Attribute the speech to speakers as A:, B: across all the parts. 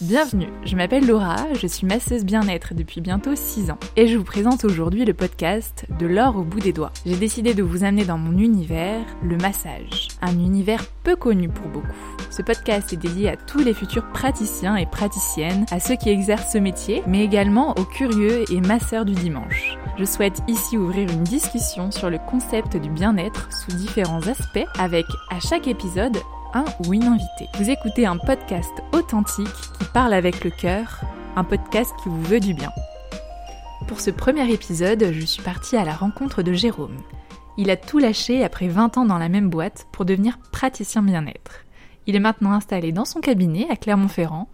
A: Bienvenue, je m'appelle Laura, je suis masseuse bien-être depuis bientôt 6 ans et je vous présente aujourd'hui le podcast De l'or au bout des doigts. J'ai décidé de vous amener dans mon univers, le massage, un univers peu connu pour beaucoup. Ce podcast est dédié à tous les futurs praticiens et praticiennes, à ceux qui exercent ce métier, mais également aux curieux et masseurs du dimanche. Je souhaite ici ouvrir une discussion sur le concept du bien-être sous différents aspects avec à chaque épisode un ou une invitée. Vous écoutez un podcast authentique qui parle avec le cœur, un podcast qui vous veut du bien. Pour ce premier épisode, je suis partie à la rencontre de Jérôme. Il a tout lâché après 20 ans dans la même boîte pour devenir praticien bien-être. Il est maintenant installé dans son cabinet à Clermont-Ferrand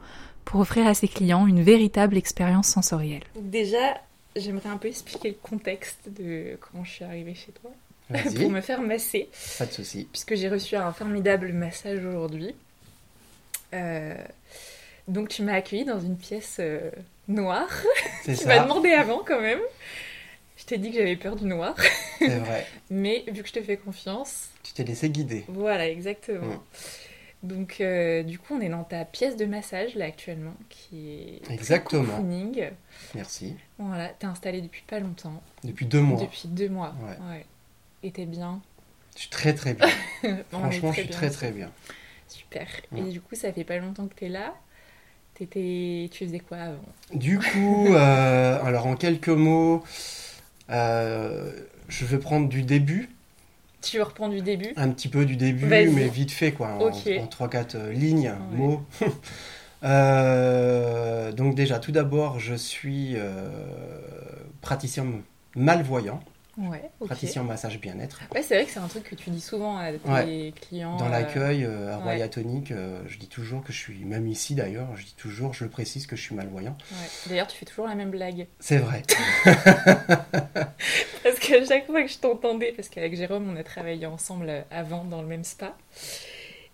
A: pour offrir à ses clients une véritable expérience sensorielle.
B: Déjà, j'aimerais un peu expliquer le contexte de Euh, comment je suis arrivée chez toi pour
C: Vas-y,
B: me faire masser,
C: pas de soucis.
B: puisque j'ai reçu un formidable massage aujourd'hui. Euh, donc tu m'as accueillie dans une pièce euh, noire.
C: C'est
B: Tu m'as
C: ça,
B: demandé avant quand même. Je t'ai dit que j'avais peur du noir,
C: c'est vrai.
B: mais vu que je te fais confiance,
C: Tu t'es laissé guider.
B: voilà exactement.
C: Mm.
B: Donc euh, du coup, on est dans ta pièce de massage là actuellement, qui est
C: Exactement.
B: cocooning.
C: Merci.
B: Voilà, t'es installée depuis pas longtemps.
C: Depuis deux mois.
B: Depuis deux mois.
C: Ouais.
B: ouais. Et t'es bien.
C: Je suis très très bien.
B: On est
C: Franchement, je suis
B: bien.
C: très très bien.
B: Super. Et
C: Ouais.
B: du coup, ça fait pas longtemps que t'es là. T'étais... Tu faisais quoi avant
C: Du coup, euh, alors en quelques mots, euh, je vais prendre du début,
B: Tu reprends du début
C: un petit peu du début,
B: Vas-y.
C: mais vite fait quoi, en,
B: Ok.
C: en 3-4 lignes,
B: Ouais.
C: mots. Euh, donc déjà, tout d'abord, je suis euh, praticien malvoyant,
B: Ouais, ok.
C: praticien massage bien-être.
B: Ouais, c'est vrai que c'est un truc que tu dis souvent à tes
C: Ouais.
B: clients.
C: Dans
B: euh,
C: l'accueil euh, à
B: ouais.
C: Royatonic, euh, je dis toujours que je suis, même ici d'ailleurs, je dis toujours, je le précise que je suis malvoyant.
B: ouais. D'ailleurs, tu fais toujours la même blague.
C: C'est vrai.
B: Parce qu'à chaque fois que je t'entendais, parce qu'avec Jérôme, on a travaillé ensemble euh, avant dans le même spa.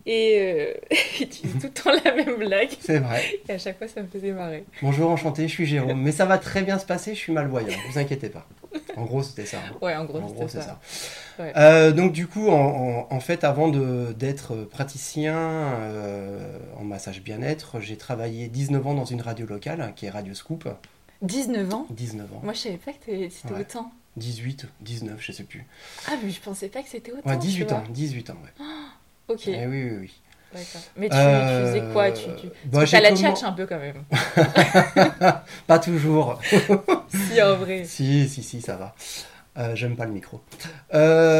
B: Et euh, tu dis tout le temps la même blague.
C: C'est vrai.
B: Et à chaque fois, ça me faisait marrer.
C: Bonjour, enchanté, je suis Jérôme. Mais ça va très bien se passer, je suis malvoyant, vous inquiétez pas. En gros, c'était ça. hein.
B: Ouais, en gros,
C: En
B: c'était
C: gros, c'est
B: ça.
C: ça.
B: Ouais.
C: Euh, donc du coup, en, en- en fait, avant de- d'être praticien euh, en massage bien-être, j'ai travaillé 19 ans dans une radio locale, qui est Radio Scoop.
B: 19 ans
C: 19 ans.
B: Moi, je savais pas que t'es- c'était
C: Ouais.
B: autant.
C: 18, 19, je sais plus.
B: Ah, mais je pensais pas que c'était autant.
C: Ouais,
B: tu
C: 18
B: vois.
C: ans, 18 ans, ouais.
B: Ok,
C: Eh oui, oui, oui.
B: d'accord. Mais tu,
C: Euh,
B: tu faisais quoi tu, tu...
C: bah,
B: Parce que
C: j'ai
B: t'as la
C: commen-
B: tchatche hein. un peu quand même.
C: Pas toujours.
B: si, en vrai.
C: Si, si, si, ça va. Euh, J'aime pas le micro.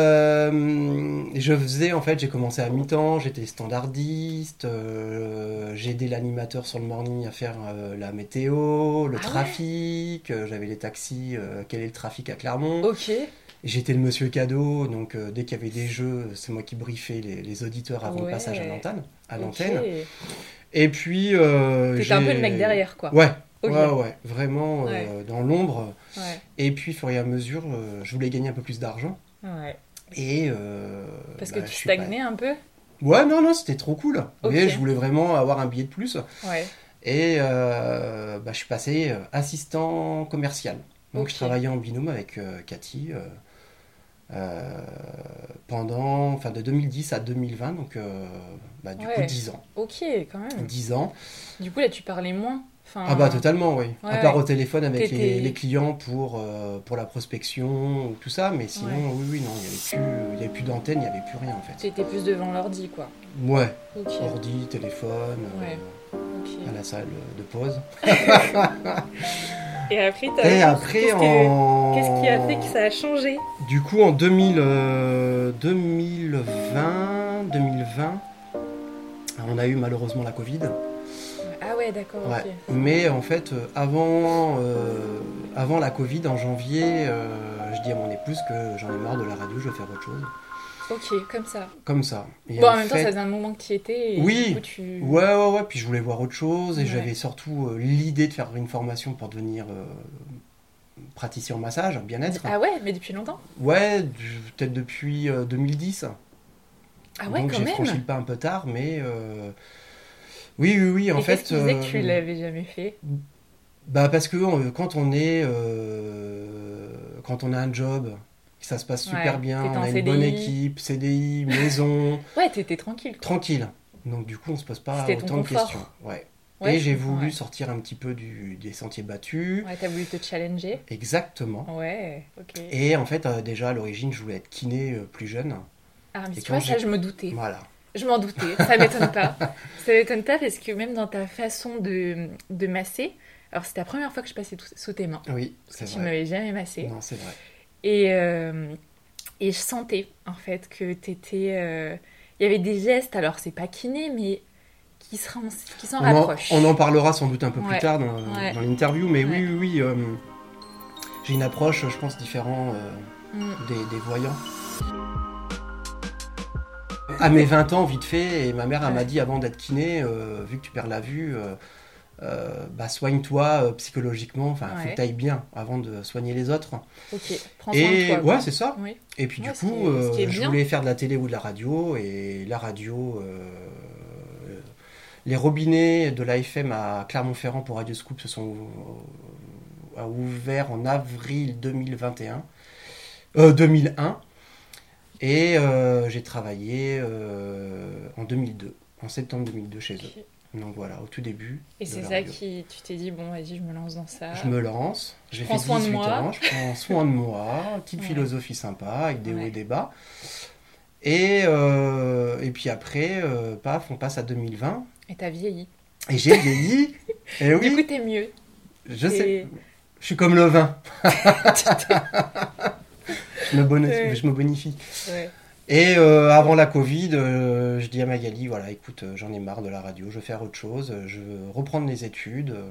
C: Euh, je faisais, en fait, j'ai commencé à mi-temps, j'étais standardiste, euh, j'ai aidé l'animateur sur le morning à faire euh, la météo, le
B: Ah ouais
C: trafic, euh, j'avais les taxis, euh, quel est le trafic à Clermont.
B: Ok,
C: J'étais le monsieur cadeau, donc euh, dès qu'il y avait des jeux, c'est moi qui briefais les, les auditeurs avant
B: Ouais.
C: le passage à l'antenne. À
B: ok.
C: l'antenne. Et puis. euh,
B: T'étais un peu
C: j'ai-
B: le mec derrière, quoi.
C: Ouais,
B: Ok.
C: ouais, ouais, vraiment euh,
B: Ouais.
C: dans l'ombre.
B: Ouais.
C: Et puis, au fur et à mesure, euh, je voulais gagner un peu plus d'argent.
B: ouais.
C: Et. euh,
B: Parce
C: bah,
B: que tu
C: je suis pas-
B: stagnais un peu
C: Ouais, non, non, c'était trop cool.
B: Ok.
C: Mais je voulais vraiment avoir un billet de plus.
B: Ouais.
C: Et euh, bah, je suis passé euh, assistant commercial. Donc,
B: Ok.
C: je travaillais en binôme avec euh, Cathy euh, euh, pendant. Enfin, de 2010 à 2020. Donc, euh, bah, du coup,
B: Ouais. Hmm.
C: 10 ans.
B: Ok, quand même.
C: 10 ans.
B: Du coup, là, tu parlais moins. Enfin,
C: Mm. Ah bah totalement oui. à
B: ouais,
C: part
B: ouais.
C: au téléphone avec
B: T'étais-
C: les, les clients pour, euh, pour la prospection ou tout ça, mais sinon
B: Ouais.
C: oui oui non, il n'y avait plus, il y avait plus d'antenne, il n'y avait plus rien en fait.
B: Tu étais plus devant l'ordi, quoi.
C: Ouais,
B: Ok,
C: ordi, téléphone, euh,
B: Ouais.
C: à
B: ok.
C: la salle de pause.
B: Et après, t'as...
C: Et après
B: qu'est-ce, que-
C: en...
B: qu'est-ce qui a fait que ça a changé
C: Du coup en 2000, euh, 2020, 2020, on a eu malheureusement la Covid.
B: Ah ouais, d'accord,
C: Ouais.
B: ok.
C: Mais en fait, euh, avant, euh, avant la Covid, en janvier, euh, je dis à mon épouse que j'en ai marre de la radio, je vais faire autre chose.
B: Ok, comme ça.
C: Comme ça. Et
B: Bon, en
C: en
B: même temps,
C: fait-
B: ça faisait un moment que tu y étais. Et
C: Oui.
B: Du coup, tu...
C: Ouais, ouais, ouais. Puis je voulais voir autre chose et
B: Ouais.
C: j'avais surtout euh, l'idée de faire une formation pour devenir euh, praticien en massage, en bien-être.
B: Ah ouais, mais depuis longtemps
C: Ouais, du- peut-être depuis euh, 2010.
B: Ah ouais,
C: Donc
B: quand
C: j'ai
B: même.
C: franchi le pas un peu tard, mais. euh, Oui, oui, oui, en
B: Et
C: fait.
B: qu'est-ce qui faisait que tu
C: euh,
B: l'avais jamais fait
C: Bah parce que euh, quand on est euh, quand on a un job, que ça se passe super
B: Ouais,
C: bien,
B: t'es
C: on
B: en
C: a une bonne
B: CDI.
C: équipe, CDI, maison,
B: Ouais, t'étais tranquille. quoi.
C: tranquille. Donc du coup on se pose pas
B: C'était ton
C: autant de
B: confort.
C: questions. Ouais.
B: Ouais,
C: et j'ai
B: je comprends,
C: voulu
B: ouais.
C: sortir un petit peu du, des sentiers battus.
B: Ouais, t'as voulu te challenger
C: Exactement.
B: Ouais, ok.
C: Et en fait, euh, déjà à l'origine, je voulais être kiné euh, plus jeune.
B: Ah, mais
C: et
B: tu vois,
C: quand
B: ça,
C: j'ai-
B: je me doutais.
C: Voilà.
B: Je m'en doutais, ça m'étonne pas. Ça m'étonne pas parce que même dans ta façon de, de masser, alors c'était la première fois que je passais tout- sous tes mains,
C: Oui,
B: parce que
C: c'est
B: tu
C: vrai.
B: m'avais jamais massé.
C: Non, c'est vrai.
B: Et, euh, et je sentais en fait que t'étais. euh, Il y avait des gestes, alors c'est pas kiné, mais qui se ren- qui s'en
C: On en,
B: rapprochent.
C: on en parlera sans doute un peu
B: Ouais.
C: plus tard dans, euh,
B: Ouais.
C: dans l'interview, mais
B: Ouais.
C: oui, oui, oui, euh, j'ai une approche, je pense, différente euh,
B: Mm.
C: des, des voyants. À mes 20 ans, vite fait, et ma mère elle m'a
B: Ouais.
C: dit avant d'être kiné, euh, vu que tu perds la vue, euh, euh, bah, soigne-toi euh, psychologiquement, enfin, faut
B: Ouais.
C: que t'ailles bien avant de soigner les autres.
B: Ok, prends soin
C: Et
B: de toi.
C: ouais, c'est ça.
B: Oui.
C: Et puis
B: Ouais,
C: du
B: ce qui
C: coup,
B: est- ce qui est
C: euh, je
B: bien.
C: voulais faire de la télé ou de la radio, et la radio, euh, euh, les robinets de l'AFM à Clermont-Ferrand pour Radio Scoop se sont ou- a ouverts en avril 2021, euh, 2001, et euh, j'ai travaillé euh, en 2002, en septembre 2002 chez eux.
B: Ok.
C: Donc voilà, au tout début.
B: Et
C: de
B: c'est
C: la
B: ça
C: radio.
B: qui. Tu t'es dit, bon, vas-y, je me lance dans ça.
C: Je me lance, j'ai fait
B: prends soin de
C: 18
B: moi.
C: ans, je prends soin de moi, petite
B: Ouais.
C: philosophie sympa, avec des hauts
B: Ouais.
C: et des bas. Et, euh, et puis après, euh, paf, on passe à 2020.
B: Et t'as vieilli.
C: Et j'ai vieilli. Et
B: Du
C: oui,
B: coup, t'es mieux.
C: je
B: t'es-
C: sais. Je suis comme le vin. je, me bonifie,
B: Ouais.
C: je me bonifie.
B: Ouais.
C: Et euh, avant la Covid, euh, je dis à Magali, voilà, écoute, euh, j'en ai marre de la radio, je veux faire autre chose, euh, je veux reprendre les études. euh,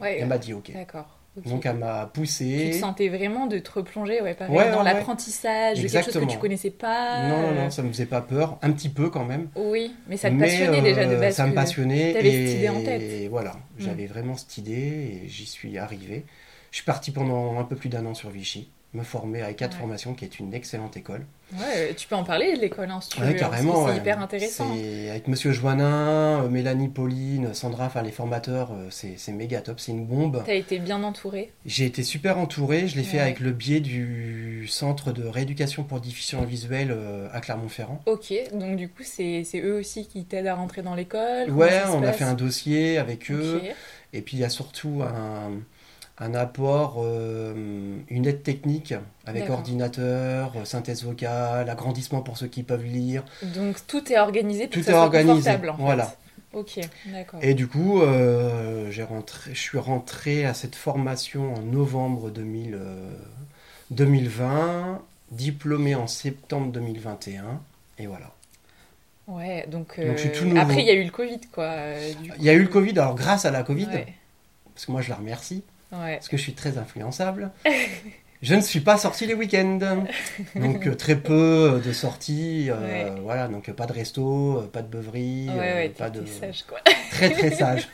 B: Ouais.
C: elle m'a dit ok.
B: D'accord. ok.
C: Donc elle m'a poussé.
B: Tu te sentais vraiment de te replonger ouais, pareil,
C: Ouais,
B: dans
C: ouais, ouais.
B: l'apprentissage, de quelque chose que tu
C: Exactement.
B: connaissais pas.
C: Non, non, non,
B: euh,
C: ça me faisait pas peur, un petit peu quand même.
B: Oui, mais ça te
C: Mais,
B: passionnait
C: euh,
B: déjà de base.
C: Ça me
B: que-
C: passionnait.
B: t'avais
C: et...
B: cette idée en tête. Mm.
C: et voilà, j'avais vraiment cette idée et j'y suis arrivé. Je suis parti pendant un peu plus d'un an sur Vichy, me former à E4
B: Ouais.
C: Formation, qui est une excellente école.
B: Ouais, tu peux en parler de l'école, hein, si tu
C: Ouais,
B: veux, parce que C'est
C: ouais.
B: hyper intéressant.
C: C'est- Avec Monsieur Joannin, euh, Mélanie Pauline, Sandra, enfin les formateurs, euh, c'est c'est méga top, c'est une bombe.
B: T'as été bien entouré.
C: J'ai été super entouré, je l'ai fait
B: Ouais.
C: avec le biais du centre de rééducation pour diffusion visuelle euh, à Clermont-Ferrand.
B: Ok, donc du coup, c'est c'est eux aussi qui t'aident à rentrer dans l'école. comment
C: Ouais,
B: ça se
C: on a
B: passe
C: fait un dossier avec eux.
B: Ok.
C: Et puis il y a surtout un, un apport, euh, une aide technique avec
B: D'accord.
C: ordinateur, euh, synthèse vocale, agrandissement pour ceux qui peuvent lire.
B: Donc tout est organisé pour
C: Tout
B: que ça
C: est
B: soit
C: organisé,
B: confortable, en fait.
C: voilà.
B: Ok, d'accord.
C: Et du coup, euh, j'ai rentré, je suis rentré à cette formation en novembre 2000, euh, 2020, diplômé en septembre 2021. Et voilà.
B: Ouais, donc,
C: Donc, je suis
B: euh,
C: tout nouveau.
B: après il y a eu le Covid quoi. euh, du
C: Il y a eu le Covid, alors grâce à la
B: coup.
C: Covid,
B: Ouais,
C: parce que moi je la remercie,
B: ouais.
C: parce que je suis très influençable. Je ne suis pas sorti les week-ends, donc euh, très peu euh, de sorties, euh, voilà, donc euh, pas de resto, euh, pas de beuverie,
B: Ouais,
C: euh,
B: ouais,
C: pas
B: t'étais
C: de
B: sage quoi.
C: très très sage.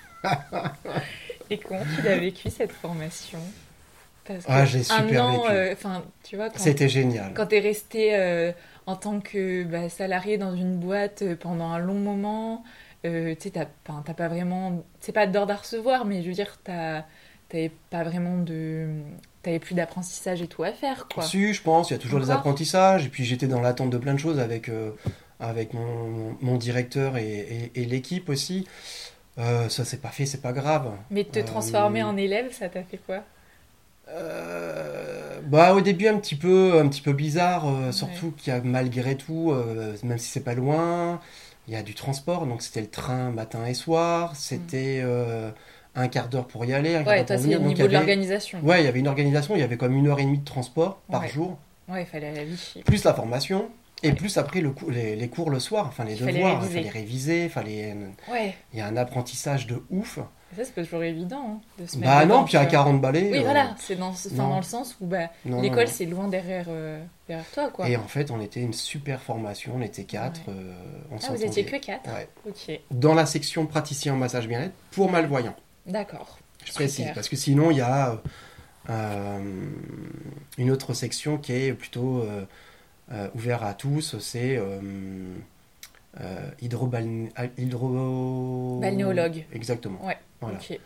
B: Et comment tu l'as vécu cette formation Parce
C: Ah,
B: que
C: j'ai
B: un
C: super
B: an,
C: vécu.
B: euh, enfin, tu vois, quand
C: C'était génial.
B: Quand tu es resté euh, en tant que bah, salarié dans une boîte euh, pendant un long moment, euh, tu sais, t'as enfin, t'as pas vraiment. C'est pas d'ordre à recevoir, mais je veux dire, t'as- t'avais pas vraiment de. T'avais plus d'apprentissage et tout à faire, quoi.
C: Si, je pense, il y a toujours des
B: Encore
C: apprentissages, et puis j'étais dans l'attente de plein de choses avec, euh, avec mon, mon directeur et, et- et l'équipe aussi. Euh, ça c'est pas fait, c'est pas grave.
B: Mais te
C: Euh,
B: transformer en élève, ça t'a fait quoi
C: Euh, bah au début un petit peu un petit peu bizarre euh, surtout qu'il y a malgré tout euh, même si c'est pas loin il y a du transport donc c'était le train matin et soir c'était euh, un quart d'heure pour y aller un quart
B: Mm. Ouais,
C: d'heure
B: toi,
C: pour
B: c'est
C: venir
B: au
C: Bah, donc il
B: niveau
C: y
B: de
C: avait
B: l'organisation.
C: ouais il y avait une organisation il y avait comme une heure et demie de transport par
B: Ouais.
C: jour
B: Ouais, il fallait aller à Vichy.
C: plus la formation et
B: Ouais.
C: plus après le cou- les, les cours le soir enfin les
B: Il fallait
C: devoirs
B: réviser.
C: il fallait réviser fallait euh,
B: Ouais,
C: il y a un apprentissage de ouf
B: ça, c'est pas toujours évident hein, de se mettre.
C: bah non
B: dedans,
C: puis à
B: tu vois.
C: 40 balais
B: Oui,
C: euh,
B: voilà, c'est dans, ce- enfin,
C: non.
B: dans le sens où bah,
C: non, non,
B: l'école,
C: non.
B: c'est loin derrière, euh, derrière toi, quoi.
C: Et en fait, on était une super formation, on était quatre, euh, on
B: Ah, vous
C: s'entendait.
B: étiez que quatre
C: Ouais.
B: Ok,
C: Dans la section praticien en massage bien-être pour malvoyants,
B: d'accord.
C: je précise,
B: Super.
C: parce que sinon il y a euh, euh, une autre section qui est plutôt euh, euh, ouverte à tous, c'est euh, euh, hydrobalné- ah, hydro...
B: Balnéologue.
C: Exactement.
B: Ouais,
C: Voilà.
B: Ok.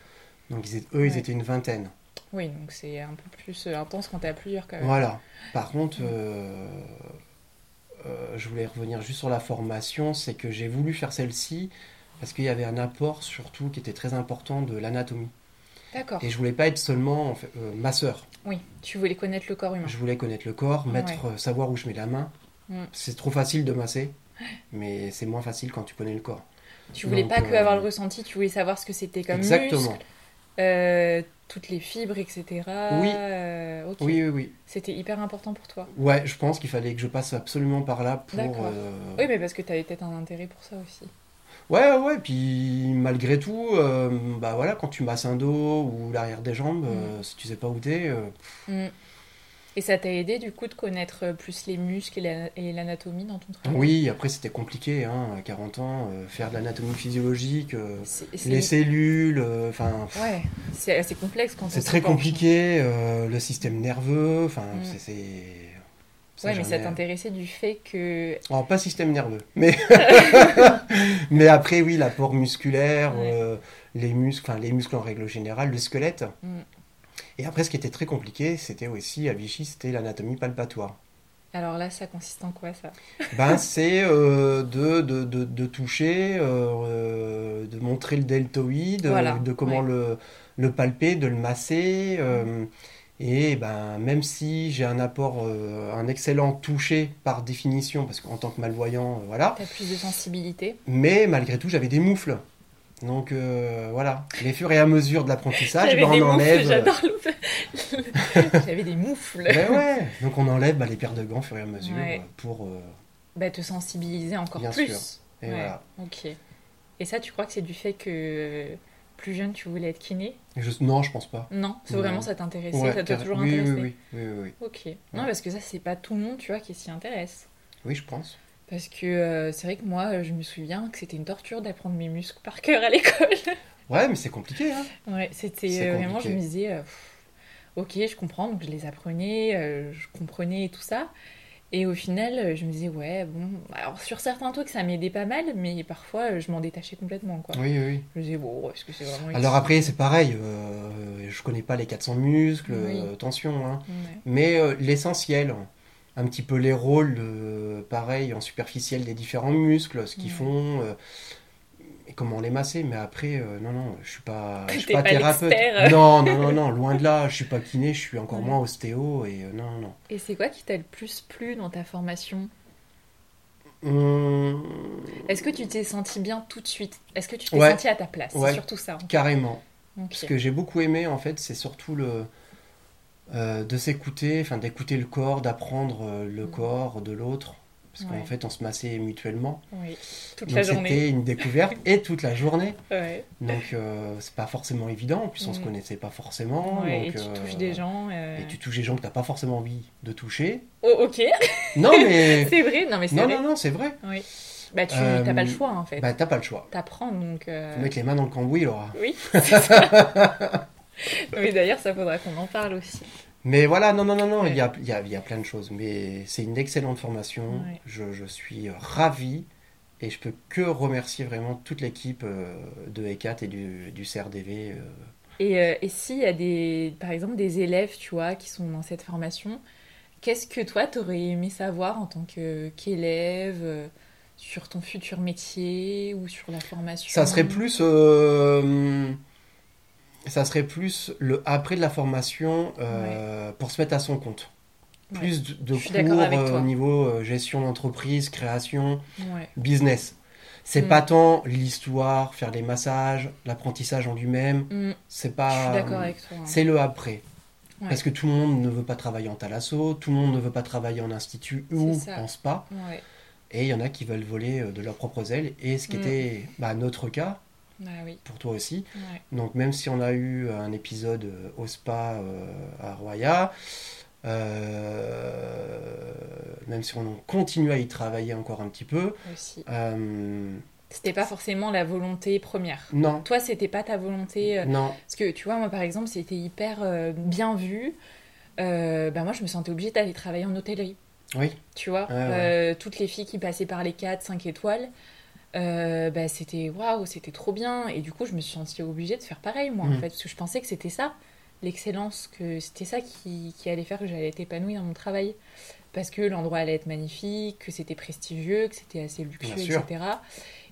C: Donc ils étaient- eux, ils
B: Ouais.
C: étaient une vingtaine.
B: Oui, donc c'est un peu plus euh, intense quand t'es à plusieurs quand même.
C: Voilà. Par contre, euh, euh, je voulais revenir juste sur la formation, c'est que j'ai voulu faire celle-ci parce qu'il y avait un apport surtout qui était très important de l'anatomie.
B: D'accord.
C: Et je voulais pas être seulement en fait, euh, masseur.
B: Oui, tu voulais connaître le corps humain.
C: Je voulais connaître le corps, mettre, euh, savoir où je mets la main.
B: Mm.
C: C'est trop facile de masser, mais c'est moins facile quand tu connais le corps.
B: Tu voulais
C: Donc,
B: pas que
C: euh,
B: avoir le ressenti, tu voulais savoir ce que c'était comme
C: Exactement.
B: muscle, euh, toutes les fibres, etc.
C: Oui.
B: Euh, ok.
C: Oui, oui, oui.
B: C'était hyper important pour toi.
C: Ouais, je pense qu'il fallait que je passe absolument par là pour.
B: D'accord.
C: euh,
B: Oui, mais parce que tu avais peut-être un intérêt pour ça aussi.
C: Ouais, ouais, ouais, puis malgré tout, euh, bah voilà, quand tu masses un dos ou l'arrière des jambes, euh, si tu sais pas où t'es, euh,
B: Mm. Et ça t'a aidé du coup de connaître euh, plus les muscles et la- et l'anatomie dans ton travail
C: oui, après c'était compliqué, hein, à 40 ans, euh, faire de l'anatomie physiologique, euh,
B: C'est-
C: les
B: c'est-
C: cellules, euh, enfin, pff,
B: Ouais, c'est assez complexe quand on
C: c'est
B: s'y
C: très
B: penche.
C: compliqué, euh, le système nerveux, enfin,
B: Mm.
C: c'est- c'est.
B: Ouais, mais
C: j'en
B: ça
C: ai-
B: t'intéressait du fait que.
C: Alors, pas système nerveux, mais, mais après, oui, l'apport musculaire,
B: Ouais.
C: euh, les muscles, enfin, les muscles en règle générale, le squelette.
B: Mm.
C: Et après, ce qui était très compliqué, c'était aussi à Vichy, c'était l'anatomie palpatoire.
B: Alors là, ça consiste en quoi ça
C: Ben, c'est euh, de, de, de, de toucher, euh, de montrer le deltoïde,
B: Voilà,
C: euh, de comment
B: ouais.
C: le, le palper, de le masser. euh, et ben, même si j'ai un apport, euh, un excellent toucher par définition, parce qu'en tant que malvoyant, euh, voilà.
B: T'as plus de sensibilité
C: Mais malgré tout, j'avais des moufles. Donc euh, voilà, les fur et à mesure de l'apprentissage,
B: J'avais
C: ben,
B: des
C: on enlève.
B: moufles, j'adore le- J'avais des moufles.
C: Ben ouais. Donc on enlève ben, les paires de gants au fur et à mesure
B: Ouais.
C: euh, pour. euh,
B: Bah, te sensibiliser encore
C: Bien
B: plus.
C: et
B: Ouais,
C: voilà.
B: Ok. Et ça, tu crois que c'est du fait que euh, plus jeune, tu voulais être kiné
C: Et je- Non, je pense pas.
B: Non, c'est
C: Non.
B: vraiment ça t'intéressait,
C: Ouais,
B: ça t'a
C: carré-
B: toujours
C: oui,
B: intéressé.
C: oui, oui, oui, oui, oui.
B: Ok. Non,
C: Ouais.
B: parce que ça, c'est pas tout le monde, tu vois, qui s'y intéresse.
C: Oui, je pense.
B: Parce que euh, c'est vrai que moi, euh, je me souviens que c'était une torture d'apprendre mes muscles par cœur à l'école.
C: Ouais, mais c'est compliqué. Hein.
B: Ouais, c'était
C: C'est
B: euh, vraiment, je
C: compliqué.
B: me disais, euh, pff, ok, je comprends, donc je les apprenais, euh, je comprenais et tout ça. Et au final, euh, je me disais, ouais, bon, alors sur certains trucs, ça m'aidait pas mal, mais parfois, euh, je m'en détachais complètement, quoi.
C: Oui, oui.
B: Je me disais, bon, est-ce que c'est vraiment utile
C: Alors après, c'est pareil. euh, je connais pas les 400 muscles.
B: Oui.
C: euh, attention. Hein.
B: Ouais.
C: Mais euh, l'essentiel, un petit peu les rôles, euh, pareil, en superficiel des différents muscles, ce qu'ils
B: Ouais.
C: font, euh, et comment les masser. Mais après, euh, non, non, je suis pas, je suis
B: T'es
C: pas
B: pas
C: thérapeute.
B: l'expert.
C: Non, non, non, non, loin de là. Je suis pas kiné, je suis encore
B: Ouais.
C: moins ostéo. Et euh, non, non, non.
B: Et c'est quoi qui t'a le plus plu dans ta formation
C: Hum,
B: Est-ce que tu t'es senti bien tout de suite Est-ce que tu t'es
C: Ouais.
B: senti à ta place
C: Ouais.
B: C'est surtout ça. hein.
C: carrément.
B: Ok.
C: Ce que j'ai beaucoup aimé, en fait, c'est surtout le euh, de s'écouter, enfin d'écouter le corps, d'apprendre euh, le
B: Mhm.
C: corps de l'autre, parce qu'en
B: Ouais.
C: fait, on se massait mutuellement.
B: Oui. Toute la
C: Donc
B: journée.
C: c'était une découverte et toute la journée.
B: Ouais.
C: Donc euh, c'est pas forcément évident. En plus, on se
B: Mhm.
C: connaissait pas forcément.
B: Ouais, et
C: donc,
B: tu
C: euh,
B: touches des gens. euh,
C: Et tu touches des gens que t'as pas forcément envie de toucher.
B: Oh, ok,
C: Non, mais
B: c'est vrai. Non, mais c'est
C: non,
B: vrai.
C: non, non, c'est vrai.
B: Bah, tu
C: Euh,
B: t'as pas le choix en fait.
C: Bah t'as pas le choix.
B: T'apprends donc. euh,
C: Faut mettre les mains dans le cambouis, Laura.
B: Oui, c'est ça. Mais d'ailleurs, ça faudra qu'on en parle aussi.
C: Mais voilà, non, non, non, non,
B: Ouais.
C: il y a, il y a- il y a plein de choses. Mais c'est une excellente formation.
B: Ouais.
C: Je, je suis euh, ravi et je peux que remercier vraiment toute l'équipe euh, de E4 et du, du CRDV. euh.
B: Et, euh, et s'il y a des, par exemple des élèves, tu vois, qui sont dans cette formation, qu'est-ce que toi, t'aurais aimé savoir en tant que- qu'élève euh, sur ton futur métier ou sur la formation
C: Ça serait plus. euh, ça serait plus le après de la formation euh, pour se mettre à son compte.
B: Ouais.
C: Plus de, de
B: Je suis d'accord
C: cours
B: avec
C: euh,
B: toi.
C: au niveau euh, gestion d'entreprise, création,
B: Ouais.
C: business. C'est
B: Mm.
C: pas tant l'histoire, faire des massages, l'apprentissage en lui-même.
B: Mm,
C: C'est
B: je
C: pas.
B: suis d'accord avec toi. hein.
C: Ah, C'est le après.
B: Ouais.
C: Parce que tout le monde ne veut pas travailler en thalasso, tout le monde ne veut pas travailler en institut ou
B: C'est ça.
C: en spa.
B: Ouais.
C: Et il y en a qui veulent voler euh, de leurs propres ailes. Et ce qui
B: Mm.
C: était bah, notre cas,
B: Ah oui.
C: pour toi aussi.
B: Ouais.
C: Donc même si on a eu un épisode euh, au spa euh, à Roya, euh, même si on continue à y travailler encore un petit peu,
B: Aussi.
C: euh,
B: C'était pas forcément la volonté première.
C: non.
B: Toi, c'était pas ta volonté. euh,
C: Non,
B: Parce que tu vois, moi par exemple, c'était hyper euh, bien vu. Euh, bah, moi, je me sentais obligée d'aller travailler en hôtellerie.
C: Oui.
B: Tu vois,
C: Ouais,
B: euh, toutes les filles qui passaient par les 4, 5 étoiles, euh, bah, c'était waouh, c'était trop bien. Et du coup, je me suis sentie obligée de faire pareil, moi, en
C: Mm.
B: fait, parce que je pensais que c'était ça, l'excellence, que c'était ça qui, qui allait faire que j'allais être épanouie dans mon travail. Parce que l'endroit allait être magnifique, que c'était prestigieux, que c'était assez luxueux,
C: Bien sûr.
B: etc.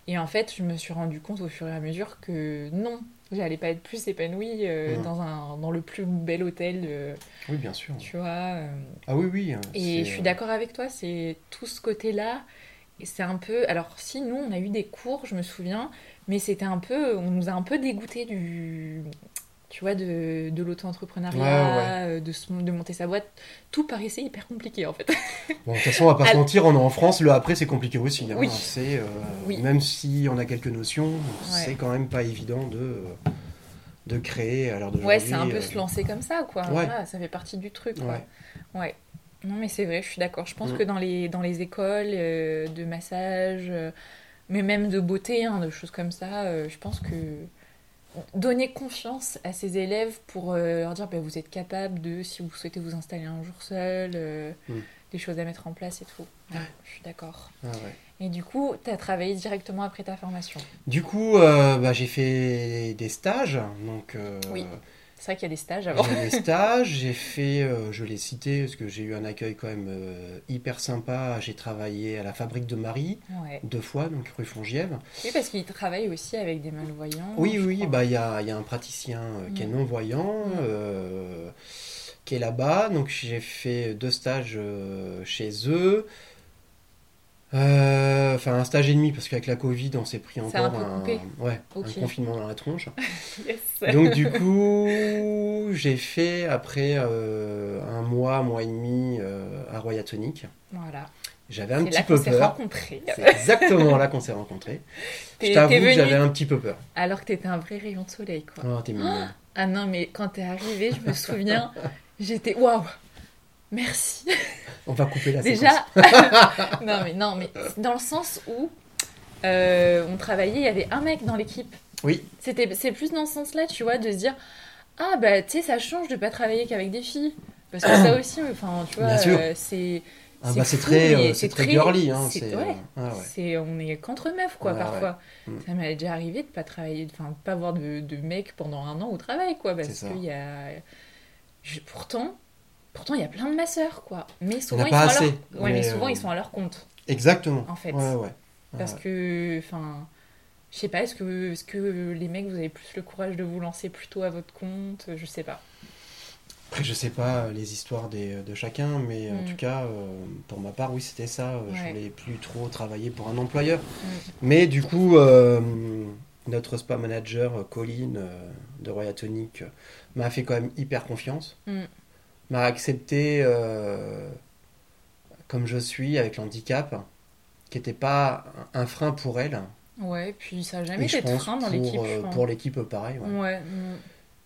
B: Et en fait, je me suis rendu compte au fur et à mesure que non, j'allais pas être plus épanouie euh,
C: Mhm.
B: dans, un, dans le plus bel hôtel, euh,
C: Oui, bien sûr.
B: tu vois. euh.
C: Ah oui, oui. hein,
B: Et
C: c'est,
B: je suis
C: euh,
B: d'accord avec toi, c'est tout ce côté-là. Et c'est un peu. Alors, si nous, on a eu des cours, je me souviens, mais c'était un peu. On nous a un peu dégoûté du. Tu vois, de, de l'auto-entrepreneuriat, euh, de, se- de monter sa boîte. Tout paraissait hyper compliqué, en fait.
C: Bon, de toute façon, on va pas se
B: Alors-
C: mentir, on est en France, le après c'est compliqué aussi. hein.
B: Ah. Oui.
C: C'est, euh,
B: Oui.
C: Même si on a quelques notions, c'est quand même pas évident de, euh, de créer à l'heure de
B: Ouais, c'est un peu se lancer comme ça, quoi.
C: euh, ouais.
B: Voilà, ça fait partie du truc, quoi.
C: Ouais.
B: Ouais. Non, mais c'est vrai, je suis d'accord. Je pense
C: Mm.
B: que dans les, dans les écoles euh, de massage, euh, mais même de beauté, hein, de choses comme ça, euh, je pense que donner confiance à ses élèves pour euh, leur dire bah, vous êtes capable de, si vous souhaitez vous installer un jour seul, euh,
C: Mm.
B: des choses à mettre en place et tout. Ouais,
C: Ouais.
B: Je suis d'accord.
C: Ah ouais.
B: Et du coup, tu as travaillé directement après ta formation.
C: Du coup, euh, bah, j'ai fait des stages. Donc, euh,
B: Oui. C'est vrai qu'il y a des stages
C: J'ai
B: avant.
C: fait des stages, j'ai fait, euh, je l'ai cité, parce que j'ai eu un accueil quand même euh, hyper sympa. J'ai travaillé à la fabrique de Marie,
B: Ouais.
C: deux fois, donc rue Fongièvre.
B: Oui, parce qu'ils travaillent aussi avec des malvoyants.
C: Oui,
B: Ah, je
C: oui,
B: crois.
C: bah il y a, il y a un praticien euh, qui est
B: Mm.
C: non-voyant,
B: Mm.
C: euh, qui est là-bas. Donc j'ai fait deux stages euh, chez eux. Euh, Enfin, un stage et demi, parce qu'avec la Covid, on s'est pris
B: Ça a un
C: encore
B: peu coupé.
C: ouais,
B: Ok.
C: un confinement dans la tronche.
B: Yes.
C: Donc du coup, j'ai fait après euh, un mois, mois et demi euh, à Royatonic.
B: Voilà.
C: J'avais un
B: C'est là
C: petit
B: qu'on
C: peu
B: s'est
C: peur.
B: rencontrés.
C: C'est exactement là qu'on s'est rencontrés. Je
B: T'es-
C: t'avoue
B: t'es
C: que
B: venu
C: j'avais un petit peu peur.
B: alors que t'étais un vrai rayon de soleil, quoi.
C: Oh, t'es mignonne.
B: Ah non, mais quand t'es arrivé, je me souviens, j'étais waouh, merci.
C: Ah, On va couper la séquence.
B: Déjà, non mais non mais dans le sens où euh, on travaillait, il y avait un mec dans l'équipe.
C: Oui.
B: C'était c'est plus dans ce sens-là, tu vois, de se dire ah bah tu sais ça change de pas travailler qu'avec des filles parce que ça aussi, enfin tu vois,
C: Bien sûr.
B: euh, c'est
C: Ah
B: C'est
C: bah, c'est
B: fou,
C: très,
B: mais
C: euh, c'est
B: c'est
C: très
B: très-
C: girly. Hein,
B: c'est-
C: c'est,
B: ouais.
C: euh, ah ouais.
B: C'est, on est qu'entre meufs, quoi,
C: Ouais,
B: parfois.
C: ouais. Mm.
B: Ça m'est déjà arrivé de pas travailler, enfin, de pas voir de, de mec pendant un an au travail, quoi, parce
C: C'est ça.
B: qu'il y a. je- pourtant, pourtant, il y a plein de masseurs, quoi. Mais souvent,
C: a
B: ils sont,
C: pas
B: à leur...
C: assez,
B: ouais, mais
C: mais,
B: souvent
C: euh,
B: ils sont à leur compte,
C: Exactement.
B: en fait.
C: Ouais, ouais. Ah
B: Parce
C: ouais.
B: que, enfin, je sais pas, est-ce que, est-ce que les mecs, vous avez plus le courage de vous lancer plutôt à votre compte Je sais pas.
C: Après, je sais pas euh, les histoires des, de chacun, mais en
B: Mm.
C: tout cas, euh, pour ma part, oui, c'était ça. Euh, Je
B: Ouais. Mm.
C: voulais plus trop travailler pour un employeur. Mais du coup, euh, notre spa manager, euh, Colin, euh, de Royatonic, euh, m'a fait quand même hyper confiance.
B: Mm.
C: M'a accepté euh, comme je suis, avec l'handicap, qui n'était pas un un frein pour elle.
B: Ouais, puis ça a jamais
C: Et je
B: été de
C: pense
B: Ah, frein dans
C: pour,
B: l'équipe.
C: euh,
B: je pense.
C: pour l'équipe, pareil. ouais.
B: Ouais, mm.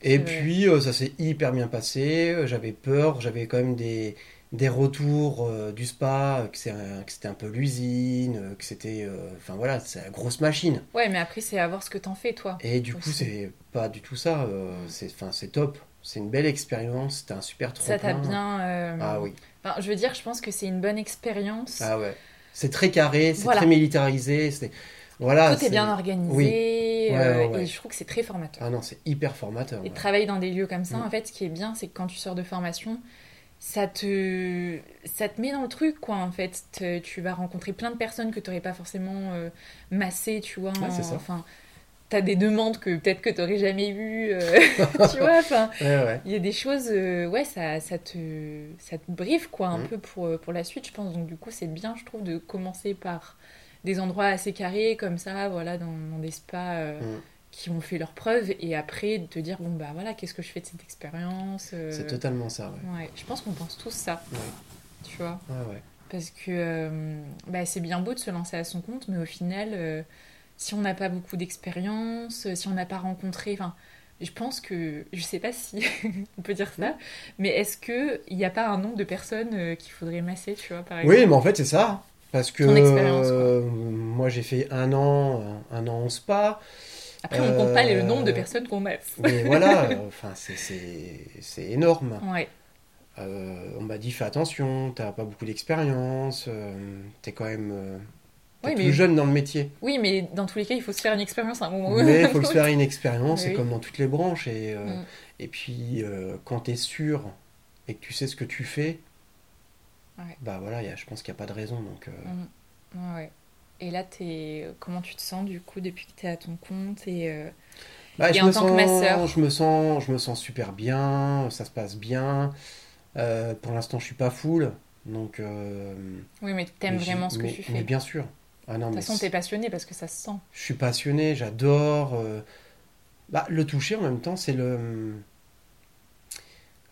C: Et
B: C'est vrai.
C: puis, euh, ça s'est hyper bien passé. Euh, J'avais peur, j'avais quand même des, des retours euh, du spa, euh, que c'est un- que c'était un, peu l'usine, euh, que c'était. euh, Enfin voilà, c'est la grosse machine.
B: ouais, mais après, c'est à voir ce que t'en fais, toi.
C: Et du coup,
B: Aussi.
C: c'est pas du tout ça. euh, c'est enfin, c'est top. C'est une belle expérience. C'était un super trop
B: Ça t'a bien. euh,
C: Ah oui.
B: Enfin, je veux dire, je pense que c'est une bonne expérience.
C: Ah ouais. C'est très carré, c'est
B: Voilà.
C: très militarisé. c'est- Voilà.
B: Tout est bien organisé.
C: Oui. Ouais,
B: euh,
C: ouais, ouais.
B: Et je trouve que c'est très formateur.
C: Ah non, c'est hyper formateur.
B: Et
C: ouais.
B: de travailler dans des lieux comme ça,
C: Mm.
B: en fait, ce qui est bien, c'est que quand tu sors de formation, ça te, ça te met dans le truc, quoi, en fait. Te- Tu vas rencontrer plein de personnes que tu n'aurais pas forcément euh, massées, tu vois.
C: Ouais, c'est
B: en-
C: ça.
B: Enfin, t'as des demandes que peut-être que tu n'aurais jamais eues, euh, tu vois. Enfin,
C: Ouais, ouais.
B: il y a des choses, euh, ouais, ça, ça, te, ça te briefe, quoi, un
C: Mm.
B: peu pour, euh, pour la suite, je pense. Donc, du coup, c'est bien, je trouve, de commencer par des endroits assez carrés, comme ça, voilà, dans, dans des spas euh,
C: Mm.
B: qui ont fait leurs preuves, et après, de te dire, bon, bah voilà, qu'est-ce que je fais de cette expérience euh,
C: C'est totalement ça. Ouais.
B: Ouais, je pense qu'on pense tous ça,
C: Ouais.
B: tu vois.
C: Ah ouais.
B: Parce que euh, bah, c'est bien beau de se lancer à son compte, mais au final, euh, si on n'a pas beaucoup d'expérience, euh, si on n'a pas rencontré. Enfin, je pense que. Je sais pas si on peut dire ça, mais est-ce qu'il n'y a pas un nombre de personnes euh, qu'il faudrait masser, tu vois, par exemple
C: Oui, mais en fait, c'est ça. Parce que
B: Ton expérience, quoi.
C: euh, moi, j'ai fait un an, euh, un an en spa.
B: Après, on compte pas les- le
C: euh,
B: nombre de personnes qu'on masse.
C: Mais voilà, euh, enfin, c'est- c'est c'est énorme.
B: Ouais,
C: Euh, on m'a dit, fais attention, t'as pas beaucoup d'expérience, euh, t'es quand même euh, t'es
B: Oui,
C: tout
B: mais-
C: jeune dans le métier.
B: oui, mais dans tous les cas, il faut se faire une expérience à un moment ou à un
C: Mais il faut
B: autre.
C: se faire une expérience,
B: Mais
C: c'est
B: oui.
C: comme dans toutes les branches. Et, euh,
B: Mm.
C: et puis, euh, quand t'es sûr et que tu sais ce que tu fais,
B: Ouais.
C: bah voilà, y a- je pense qu'il n'y a pas de raison. Donc, euh,
B: Mm. Ouais, ouais. Et là, t'es- comment tu te sens du coup depuis que tu es à ton compte et, euh,
C: Bah,
B: Et
C: je
B: en
C: me
B: tant
C: sens,
B: que ma sœur
C: je me sens, je me sens super bien, ça se passe bien. Euh, pour l'instant, je suis pas full, donc. Euh,
B: Oui, mais t'aimes
C: mais j'y-
B: vraiment ce que
C: mais-
B: tu fais.
C: Mais
B: de
C: bien sûr. Ah non,
B: toute
C: mais
B: façon, t'es passionné parce que ça se sent.
C: je suis passionné, j'adore. euh, bah, le toucher en même temps, c'est le.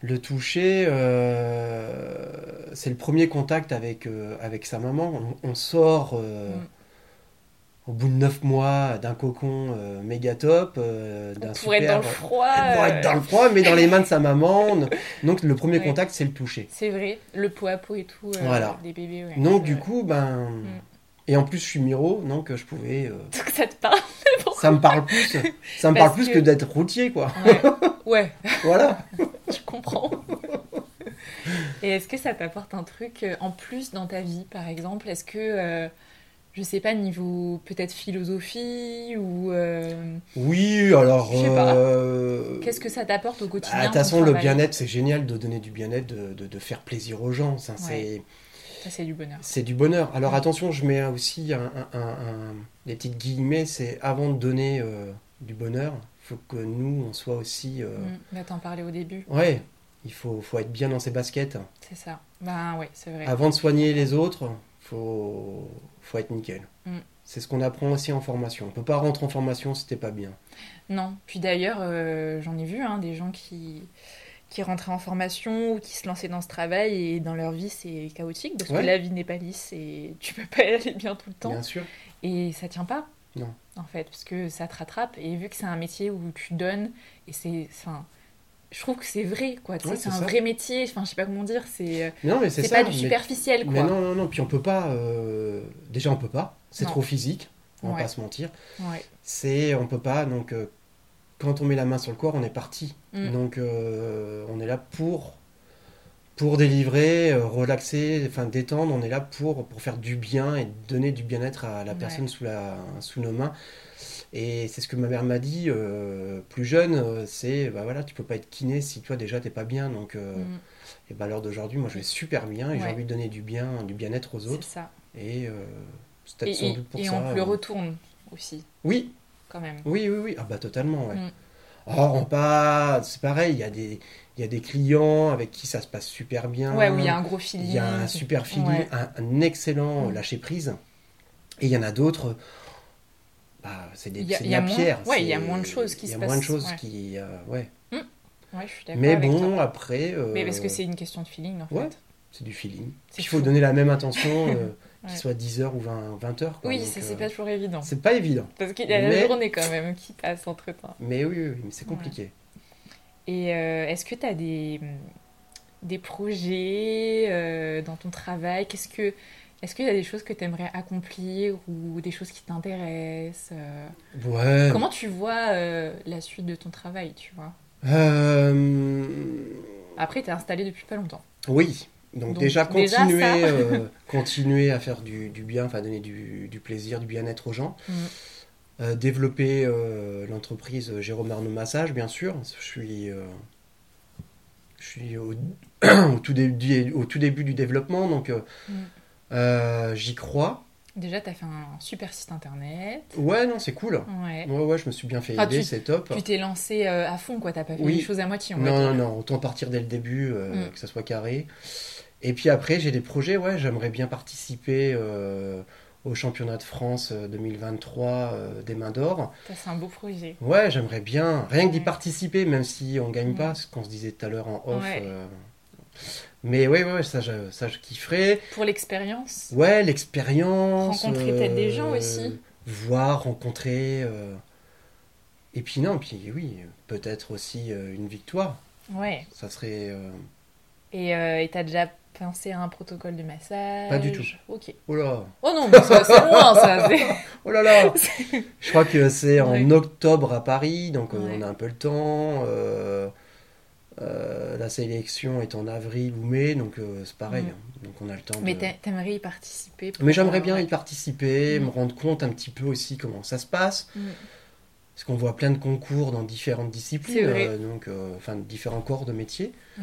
C: Le toucher, euh, c'est le premier contact avec, euh, avec sa maman. On, on sort euh,
B: Mm.
C: au bout de neuf mois d'un cocon euh, méga top, euh, d'un
B: Pour être dans le
C: super-
B: froid.
C: pour
B: euh,
C: être dans le froid, mais dans les mains de sa maman. Donc le premier
B: Ouais.
C: contact, c'est le toucher.
B: euh, C'est vrai, le pot à pot et tout euh,
C: Voilà.
B: des bébés. ouais. Euh,
C: Donc
B: Ouais.
C: du coup, ben...
B: Mm.
C: Et en plus, je suis miro, donc je pouvais... euh,
B: Donc ça te parle.
C: Ça me parle plus, ça me
B: Parce
C: parle plus
B: que-
C: que, d'être routier, quoi.
B: Ouais, ouais
C: Voilà.
B: je comprends. et est-ce que ça t'apporte un truc euh, en plus dans ta vie, par exemple Est-ce que, euh, je sais pas, niveau peut-être philosophie ou euh,
C: Oui, alors...
B: Je sais pas.
C: euh,
B: qu'est-ce que hein, ça t'apporte au
C: bah,
B: quotidien
C: De toute
B: ton
C: façon, le
B: travail
C: bien-être, c'est génial de donner du bien-être, de, de- de faire plaisir aux gens. Ça, c'est-
B: Ça, c'est du bonheur.
C: C'est du bonheur. Alors
B: Ouais.
C: attention, je mets aussi un, un- un- un- des petites guillemets, c'est avant de donner euh, du bonheur, faut que nous, on soit aussi... euh,
B: Mm. On va t'en parler au début,
C: Ouais, il faut, faut être bien dans ses baskets.
B: c'est ça. Ben ouais, c'est vrai.
C: Avant de soigner les autres, faut, faut être nickel.
B: Mm.
C: C'est ce qu'on apprend aussi en formation. On peut pas rentrer en formation si t'es pas bien.
B: Non. Puis d'ailleurs, euh, j'en ai vu hein, des gens qui qui rentraient en formation ou qui se lançaient dans ce travail et dans leur vie c'est chaotique parce
C: Ouais.
B: que la vie n'est pas lisse et tu peux pas y aller bien tout le temps
C: Bien sûr.
B: et ça tient pas.
C: Non.
B: En fait, parce que ça te rattrape et vu que c'est un métier où tu donnes et c'est enfin je trouve que c'est vrai quoi, tu sais,
C: Ouais,
B: c'est
C: c'est
B: un
C: ça.
B: vrai métier, enfin je sais pas comment dire, c'est euh,
C: Non, mais c'est
B: c'est
C: ça.
B: pas du
C: mais-
B: superficiel
C: mais,
B: quoi.
C: non, non, non. Puis on peut pas. euh, Déjà, on peut pas. C'est
B: Non.
C: trop physique. On
B: Ouais.
C: va pas se mentir.
B: Ouais.
C: C'est, on peut pas. Donc, euh, quand on met la main sur le corps, on est parti.
B: Mm.
C: Donc, euh, on est là pour pour délivrer, euh, relaxer, enfin détendre. On est là pour pour faire du bien et donner du bien-être à la
B: Ouais.
C: personne sous la sous nos mains. Et c'est ce que ma mère m'a dit euh, plus jeune. euh, C'est bah voilà, tu peux pas être kiné si toi déjà t'es pas bien. Donc euh,
B: Mm.
C: et bah, à l'heure d'aujourd'hui, moi je vais super bien et j'ai
B: Ouais.
C: envie de donner du bien, du bien-être aux
B: C'est
C: autres.
B: ça.
C: Et euh, c'est
B: Et,
C: peut-être sans
B: et-
C: doute pour
B: et
C: ça.
B: on te le
C: euh,
B: retourne aussi
C: Oui,
B: quand même.
C: oui, oui, oui. Ah bah totalement, ouais.
B: Mm.
C: Or, on pas, c'est pareil, il y a des, il y a des clients avec qui ça se passe super bien.
B: Ouais, où il y a un gros
C: Ah, Il
B: feeling.
C: y a un super feeling,
B: Ouais.
C: un, un excellent
B: Mm.
C: lâcher prise. Et il y en a d'autres, bah, c'est des,
B: Il y a-
C: c'est
B: il
C: des
B: y a moins-
C: pierres.
B: ouais, il y a
C: c'est-
B: moins de choses qui
C: Il y a
B: se
C: moins de
B: passent,
C: choses
B: ouais.
C: qui, euh, ouais.
B: Ouais, je suis d'accord.
C: Mais
B: avec
C: bon,
B: toi.
C: après, euh,
B: Mais parce que c'est une question de feeling en
C: ouais.
B: fait.
C: c'est du feeling.
B: C'est
C: Il faut
B: fou.
C: donner la même attention, euh,
B: Ouais.
C: qu'il soit 10h ou 20, 20h. quoi.
B: Oui,
C: Donc,
B: ça
C: euh,
B: c'est pas toujours évident.
C: c'est pas évident.
B: Parce qu'il y a la
C: Mais-
B: journée quand même qui passe entre temps.
C: Mais oui, oui, oui, mais c'est compliqué.
B: Et euh, est-ce que tu as des, hum, des projets euh, dans ton travail Qu'est-ce que. Est-ce qu'il y a des choses que tu aimerais accomplir ou des choses qui t'intéressent euh,
C: Ouais.
B: Comment tu vois euh, la suite de ton travail, tu vois
C: Euh,
B: Après, t'es installé depuis pas longtemps.
C: Oui. Donc,
B: Donc,
C: déjà,
B: déjà,
C: continuer,
B: ça.
C: euh, continuer à faire du, du bien, enfin donner du, du plaisir, du bien-être aux gens.
B: Mm.
C: Euh, développer euh, l'entreprise Jérôme Arnaud Massage, bien sûr. Je suis, euh, je suis au, au tout début, au tout début du développement, donc euh,
B: Mm.
C: euh, j'y crois.
B: Déjà, t'as fait un super site internet.
C: Ouais, non, c'est cool.
B: Ouais.
C: Ouais, ouais, je me suis bien fait
B: Ah,
C: aider,
B: tu-
C: c'est top.
B: Tu t'es lancé euh, à fond, quoi. T'as pas fait
C: Oui.
B: les choses à moitié, on va
C: Non, non,
B: dire.
C: non, autant partir dès le début, euh,
B: Mm.
C: que ça soit carré. Et puis après, j'ai des projets, ouais, j'aimerais bien participer euh, au championnat de France euh, 2023 euh, des mains d'or.
B: Ça, c'est un beau projet.
C: Ouais, j'aimerais bien, rien que d'y
B: Ouais.
C: participer, même si on gagne
B: Mm.
C: pas, ce qu'on se disait tout à l'heure en off.
B: Ouais.
C: euh. Mais ouais, ouais, ouais, ça, je, ça, je kifferais.
B: Pour l'expérience,
C: Ouais, l'expérience. euh,
B: Rencontrer peut-être des gens aussi.
C: Voir, rencontrer. euh. Et puis non, puis oui, peut-être aussi euh, une victoire.
B: ouais.
C: Ça serait. euh,
B: Et euh, et t'as déjà pensé à un protocole de massage
C: Pas du tout.
B: Ok.
C: Oh là
B: Oh non, mais ça, c'est loin, ça. c'est-
C: Oh là là Je crois que c'est
B: Ouais.
C: en octobre à Paris, donc euh,
B: Ouais.
C: on a un peu le temps. euh, euh, la sélection est en avril ou mai, donc euh, c'est pareil.
B: Mm.
C: hein. Donc on a le temps
B: Mais
C: de-
B: t'a- t'aimerais y participer pour- euh,
C: Mais j'aimerais bien
B: Ouais.
C: y participer,
B: Mm.
C: me rendre compte un petit peu aussi comment ça se passe.
B: Mm.
C: Parce qu'on voit plein de concours dans différentes
B: C'est
C: disciplines,
B: vrai.
C: euh, donc, euh, enfin différents corps de métier.
B: Mm.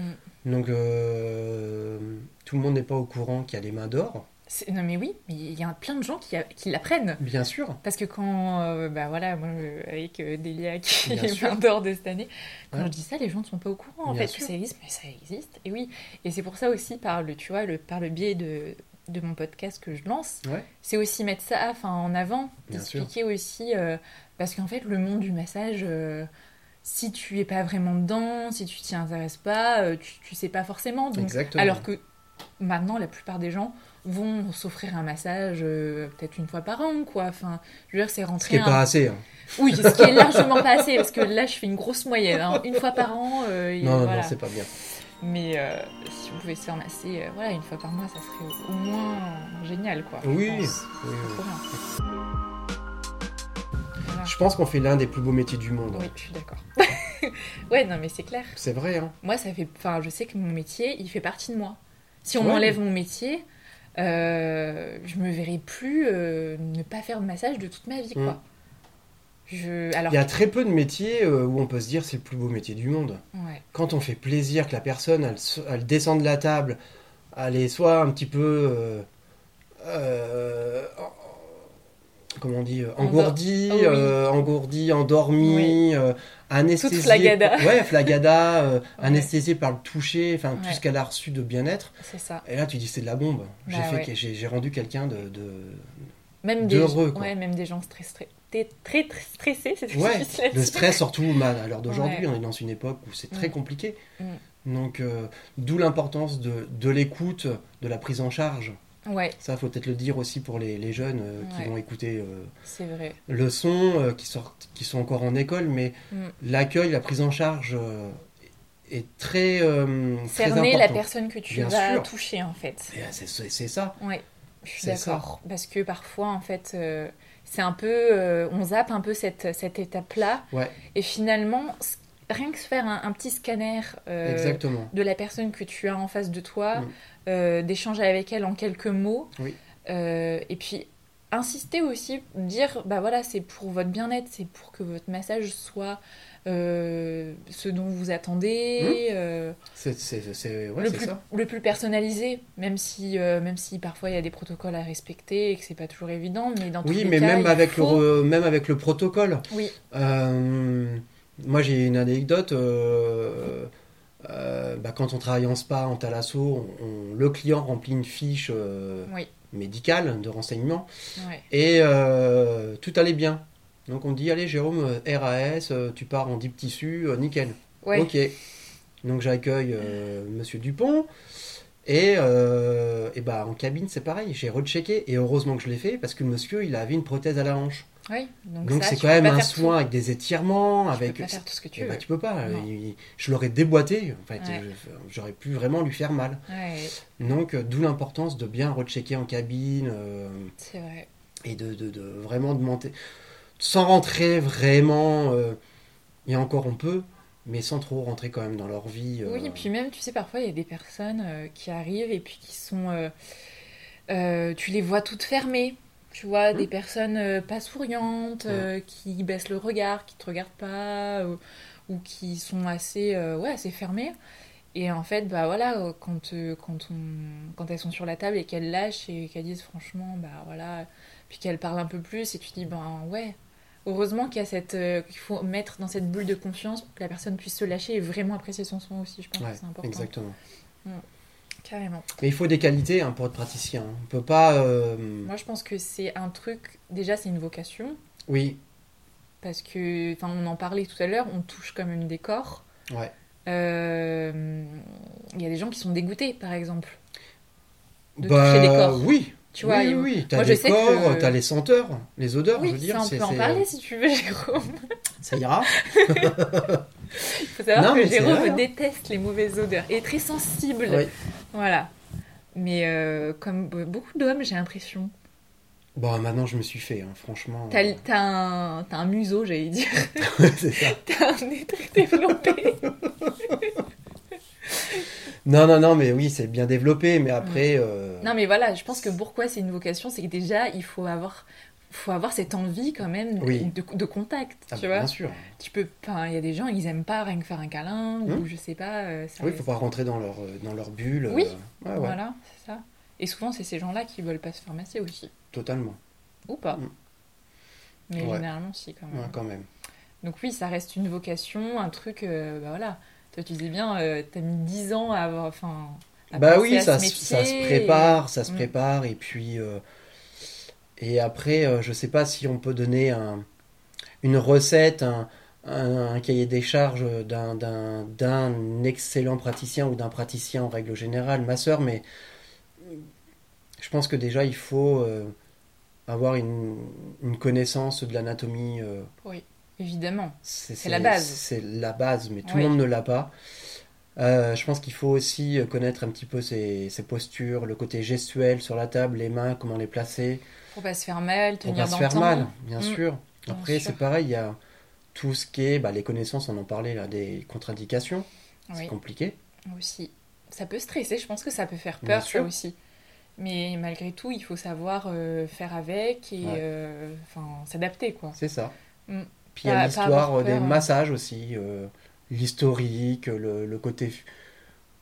C: Donc euh, tout le monde n'est pas au courant qu'il y a les mains d'or.
B: C'est- Non mais oui, mais il y a plein de gens qui, a- qui l'apprennent.
C: Bien sûr.
B: Parce que quand, euh, bah voilà, moi euh, avec euh, Delia qui
C: Bien
B: est
C: sûr.
B: main d'or de cette année, quand
C: Ouais.
B: je dis ça, les gens ne sont pas au courant en
C: Bien
B: fait
C: sûr.
B: que ça existe, mais ça existe. Et oui, et c'est pour ça aussi par le, tu vois, le, par le biais de, de mon podcast que je lance,
C: Ouais.
B: c'est aussi mettre ça enfin, en avant,
C: Bien sûr.
B: expliquer aussi, euh, parce qu'en fait le monde du massage, euh, si tu es pas vraiment dedans, si tu t'y intéresses pas, euh, tu, tu sais pas forcément. Donc
C: Exactement.
B: Mm. alors que maintenant, la plupart des gens vont s'offrir un massage euh, peut-être une fois par an, quoi. Enfin, je veux dire, c'est
C: Ce qui
B: rentré.
C: est
B: un-
C: pas assez. hein.
B: Oui, ce qui est largement pas assez, parce que là, je fais une grosse moyenne. hein. Une fois par an, euh, et
C: Non, non,
B: voilà.
C: non, c'est pas bien.
B: Mais euh, si on pouvait se faire masser, euh, voilà, une fois par mois, ça serait au moins euh, génial, quoi. je
C: Oui,
B: pense.
C: oui,
B: C'est
C: oui.
B: trop bien. Voilà.
C: Je pense qu'on fait l'un des plus beaux métiers du monde. hein.
B: Oui, je suis d'accord. ouais, non, mais c'est clair.
C: C'est vrai, hein.
B: Moi, ça fait. Enfin, je sais que mon métier, il fait partie de moi. Si on
C: Ouais.
B: m'enlève mon métier, euh, je me verrai plus euh, ne pas faire de massage de toute ma vie, quoi.
C: Mm.
B: Je. Alors.
C: Il y a très peu de métiers euh, où on peut se dire c'est le plus beau métier du monde.
B: Ouais.
C: Quand on fait plaisir que la personne, elle, se- elle descend de la table, elle est soit un petit peu. euh, euh, en- comment on dit euh,
B: Endor-
C: Engourdie,
B: Oh oui.
C: euh, engourdie, endormie, euh, anesthésiée.
B: flagada.
C: Ouais, flagada, euh,
B: Ouais.
C: anesthésiée par le toucher, enfin tout
B: Ouais.
C: ce qu'elle a reçu de bien-être.
B: C'est ça.
C: Et là, tu dis c'est de la bombe. J'ai
B: Bah
C: fait
B: ouais.
C: que- j'ai j'ai rendu quelqu'un de- de,
B: Même des.
C: D'heureux, quoi.
B: Ouais, même des gens stress- stress- t'es très, très stressés, c'est
C: Ouais,
B: difficile à
C: le
B: dire.
C: stress, surtout mal à l'heure d'aujourd'hui,
B: Ouais.
C: on est dans une époque où c'est très
B: Mm.
C: compliqué.
B: Mm.
C: Donc, euh, d'où l'importance de, de l'écoute, de la prise en charge.
B: Ouais,
C: Ça, faut peut-être le dire aussi pour les, les jeunes euh,
B: Ouais.
C: qui vont écouter euh,
B: c'est vrai.
C: le son, euh, qui, sortent, qui sont encore en école, mais
B: Mm.
C: l'accueil, la prise en charge euh, est très, euh, très
B: Cerner la
C: important.
B: personne que tu
C: Bien
B: vas
C: sûr.
B: toucher, en fait.
C: Et, euh, c'est- C'est c'est ça.
B: Ouais, je suis
C: C'est ça.
B: d'accord. Parce que parfois, en fait, euh, c'est un peu. euh, on zappe un peu cette, cette étape-là.
C: Ouais.
B: Et finalement, s- rien que se faire un, un petit scanner euh,
C: Exactement.
B: de la personne que tu as en face de toi,
C: Mm.
B: euh, d'échanger avec elle en quelques mots.
C: Oui.
B: euh, et puis. Insister aussi, dire bah voilà, c'est pour votre bien-être, c'est pour que votre massage soit euh, ce dont vous attendez,
C: Mmh.
B: euh,
C: C'est c'est- c'est- ouais,
B: le,
C: c'est
B: plus,
C: ça.
B: le plus personnalisé, même si, euh, même si parfois il y a des protocoles à respecter et que c'est pas toujours évident, mais dans tous
C: Oui,
B: les
C: mais
B: cas,
C: même
B: il
C: avec,
B: faut...
C: le, re- même avec le protocole.
B: Oui,
C: Euh, moi, j'ai une anecdote. euh, euh, bah, quand on travaille en spa, en thalasso, on- on- le client remplit une fiche euh,
B: oui,
C: médicale de renseignement
B: ouais.
C: et euh, tout allait bien. Donc on dit Allez, Jérôme, euh, RAS, euh, tu pars en deep tissu, euh, nickel.
B: Ouais.
C: Ok. Donc j'accueille euh, Monsieur Dupont. Et, euh, et bah, en cabine, c'est pareil. J'ai rechecké. Et heureusement que je l'ai fait parce que le monsieur, il avait une prothèse à la hanche.
B: Oui, Donc,
C: Donc
B: ça,
C: c'est
B: tu
C: quand
B: peux
C: même
B: pas
C: un
B: faire
C: soin avec des étirements,
B: tout- tu peux
C: avec
B: pas faire tout ce que tu
C: eh
B: veux.
C: ben, tu peux pas.
B: Non.
C: Il- je l'aurais déboîté. En fait,
B: Ouais.
C: je- j'aurais pu vraiment lui faire mal.
B: Ouais,
C: Donc, euh, d'où l'importance de bien rechecker en cabine euh,
B: c'est vrai.
C: et de, de- de vraiment de monter. Sans rentrer vraiment. euh, et encore, on peut, mais sans trop rentrer quand même dans leur vie. euh,
B: Oui, et puis même, tu sais, parfois il y a des personnes euh, qui arrivent et puis qui sont. euh, euh, tu les vois toutes fermées. Tu vois,
C: Mmh.
B: des personnes euh, pas souriantes, euh, qui baissent le regard, qui te regardent pas, ou, ou qui sont assez, euh, ouais, assez fermées. Et en fait, bah voilà, euh, quand, euh, quand, on, quand elles sont sur la table et qu'elles lâchent et qu'elles disent franchement, bah voilà, puis qu'elles parlent un peu plus, et tu dis, ben ouais, heureusement qu'il y a cette, euh, qu'il faut mettre dans cette bulle de confiance pour que la personne puisse se lâcher et vraiment apprécier son soin aussi, je pense
C: ouais,
B: que c'est important.
C: exactement.
B: Carrément.
C: Mais il faut des qualités hein, pour être praticien. hein. On peut pas. euh,
B: Moi, je pense que c'est un truc. Déjà, c'est une vocation
C: Oui,
B: parce que, enfin, on en parlait tout à l'heure. On touche quand même des corps.
C: ouais.
B: Euh, Il y a des gens qui sont dégoûtés, par exemple. De
C: Bah,
B: toucher des corps.
C: Oui.
B: Tu vois,
C: oui,
B: il-
C: oui, oui. T'as
B: Moi, je
C: les
B: sais
C: corps,
B: que-
C: t'as les senteurs, les odeurs,
B: oui,
C: je veux dire.
B: ça, on
C: c'est-
B: peut en
C: c'est-
B: parler si tu veux, Jérôme.
C: Ça ira.
B: Il faut savoir
C: Non,
B: que
C: mais c'est
B: Jérôme
C: vrai, hein.
B: déteste les mauvaises odeurs et est très sensible.
C: Oui.
B: Voilà. Mais euh, comme be- beaucoup d'hommes, j'ai l'impression.
C: Bon, maintenant je me suis fait, hein, franchement.
B: T'as l- t'as un, t'as un museau, j'allais dire.
C: c'est ça.
B: T'as un nez très développé.
C: Non, non, non, mais oui, c'est bien développé, mais après. euh,
B: Non mais voilà, je pense que pourquoi c'est une vocation, c'est que déjà il faut avoir, faut avoir cette envie quand même de-
C: Oui.
B: de, de contact,
C: ah,
B: tu
C: bien
B: vois.
C: sûr.
B: Tu peux, enfin, il y a des gens ils aiment pas rien que faire un câlin ou
C: Hmm.
B: je sais pas. euh, ça-
C: Oui, faut pas rentrer dans leur, euh, dans leur bulle.
B: Oui,
C: euh, ouais, ouais.
B: Voilà, c'est ça. Et souvent, c'est ces gens-là qui veulent pas se faire masser aussi.
C: Totalement.
B: Ou pas.
C: Mm.
B: Mais
C: Ouais.
B: généralement, si, quand même.
C: Ouais, quand même.
B: Donc oui, ça reste une vocation, un truc, euh, bah voilà. Toi, tu disais bien, euh, t'as mis 10 ans à avoir, enfin... à
C: Bah
B: penser
C: oui,
B: à
C: ça,
B: ce
C: se- ça
B: métier
C: se
B: et-
C: prépare, ça se
B: Mm.
C: prépare, et puis. euh, et après, euh, je sais pas si on peut donner un- une recette, un, un- un cahier des charges d'un- d'un d'un excellent praticien ou d'un praticien en règle générale, ma sœur, mais je pense que déjà, il faut euh, avoir une, une connaissance de l'anatomie. euh,
B: Évidemment.
C: c'est
B: la base.
C: C'est la base, mais tout
B: Oui.
C: le monde ne l'a pas. Euh, je pense qu'il faut aussi euh, connaître un petit peu ses, ses postures, le côté gestuel sur la table, les mains, comment les placer,
B: Pour pas se faire mal,
C: pour pas
B: tenir
C: se
B: dans
C: faire
B: le temps.
C: mal, bien
B: Mm.
C: sûr.
B: Bien
C: Après,
B: sûr.
C: c'est pareil, il y a tout ce qui est bah, les connaissances, on en parlait là, des contre-indications, c'est
B: Oui,
C: compliqué.
B: aussi. Ça peut stresser, je pense que ça peut faire
C: Bien
B: peur, ça
C: sûr.
B: aussi. Mais malgré tout, il faut savoir euh, faire avec et
C: Ouais.
B: euh, enfin s'adapter, quoi.
C: C'est ça.
B: Mm.
C: Puis il y a
B: Pas- pas
C: l'histoire
B: avoir
C: euh, des
B: peur, hein.
C: massages aussi, euh, l'historique, le, le côté.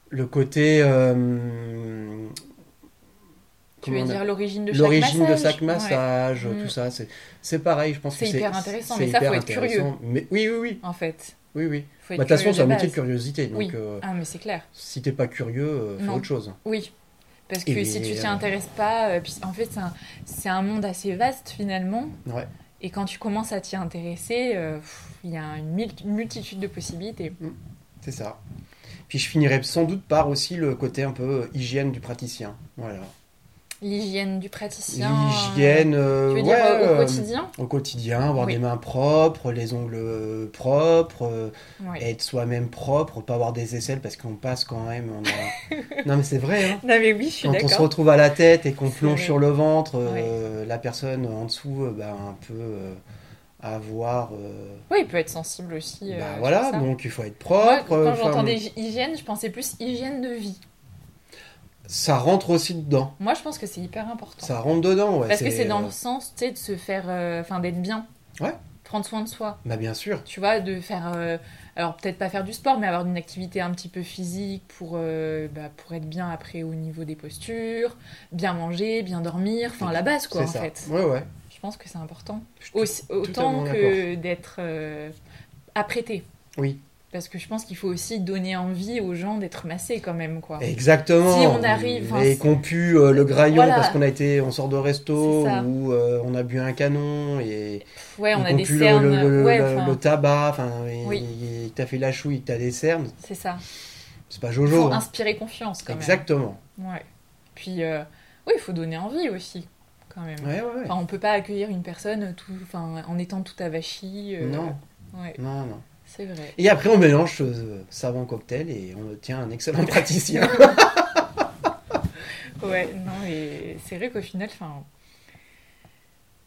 C: Le côté. euh,
B: Tu
C: comment
B: veux
C: on
B: dire l'origine de chaque
C: L'origine de chaque
B: Ouais,
C: massage,
B: Mm.
C: tout ça, c'est c'est pareil, je pense que
B: C'est
C: c'est
B: hyper intéressant,
C: c'est
B: mais ça, faut
C: hyper
B: être curieux.
C: intéressant. Mais oui, oui, oui,
B: En fait,
C: oui, oui.
B: faut
C: Bah,
B: être
C: De toute façon,
B: curieux
C: c'est un
B: de
C: métier de
B: base.
C: curiosité, donc
B: Oui.
C: euh,
B: Ah, mais c'est clair.
C: si t'es pas curieux, euh, fais
B: Non.
C: autre chose.
B: Oui, parce que
C: Et
B: si tu t'y
C: euh,
B: intéresses pas, euh, puis en fait, c'est un, c'est un monde assez vaste finalement.
C: Ouais.
B: Et quand tu commences à t'y intéresser, euh, pff, il y a une mil- une multitude de possibilités.
C: C'est ça. Puis je finirais sans doute par aussi le côté un peu euh, hygiène du praticien. Voilà.
B: L'hygiène du praticien. euh,
C: L'hygiène, euh,
B: Tu veux
C: ouais,
B: dire euh, au
C: euh,
B: quotidien
C: au quotidien, avoir
B: Oui.
C: des mains propres, les ongles euh, propres, euh,
B: Oui.
C: être soi-même propre, pas avoir des aisselles parce qu'on passe quand même. on a- non mais c'est vrai. Hein.
B: Non mais oui, je suis
C: Quand on se
B: d'accord.
C: retrouve à la tête et qu'on
B: C'est
C: plonge
B: vrai.
C: sur le ventre, euh, la personne en dessous, euh, bah, un peu euh, avoir. euh,
B: Oui, il peut être sensible aussi. euh,
C: bah
B: sur
C: voilà,
B: ça.
C: donc il faut être
B: Moi,
C: propre. euh,
B: quand
C: enfin,
B: j'entendais hygiène, je pensais plus hygiène de vie.
C: Ça rentre aussi dedans.
B: Moi, je pense que c'est hyper important.
C: Ça rentre dedans, ouais.
B: Parce que c'est dans
C: euh,
B: le sens, tu sais, de se faire, euh, enfin, d'être bien.
C: Ouais.
B: Prendre soin de soi.
C: Bah bien sûr.
B: Tu vois, de faire, euh, alors peut-être pas faire du sport, mais avoir une activité un petit peu physique pour, euh, bah, pour être bien après au niveau des postures, bien manger, bien dormir, enfin la base quoi
C: c'est ça.
B: en fait.
C: Ouais, ouais.
B: Je pense que c'est important.
C: Je suis tout-
B: Aussi- autant
C: totalement
B: que d'être euh, apprêté.
C: Oui.
B: Parce que je pense qu'il faut aussi donner envie aux gens d'être massés quand même quoi.
C: Exactement.
B: Si on arrive, enfin,
C: et
B: c'est-
C: qu'on pue euh, le graillon
B: Voilà.
C: parce qu'on a été, on sort de resto
B: C'est ça.
C: ou euh, on a bu un canon et.
B: Pff, Ouais, on
C: Donc,
B: a des
C: pue le-
B: cernes.
C: Le, le-
B: ouais,
C: le-
B: enfin,
C: le tabac, enfin, et-
B: Oui.
C: et t'as fait la chouille, t'as des cernes,
B: c'est ça.
C: c'est pas
B: Il
C: Jojo.
B: faut
C: hein.
B: inspirer confiance quand
C: Exactement.
B: même. Ouais. Puis euh, oui, il faut donner envie aussi quand même.
C: Ouais, ouais, ouais.
B: Mm. Enfin, on peut pas accueillir une personne tout, enfin, en étant tout avachie. euh,
C: Non.
B: Ouais,
C: Non, non.
B: c'est vrai.
C: Et après, on mélange euh, savon cocktail et on obtient un excellent praticien.
B: Ouais, non, et c'est vrai qu'au final, enfin.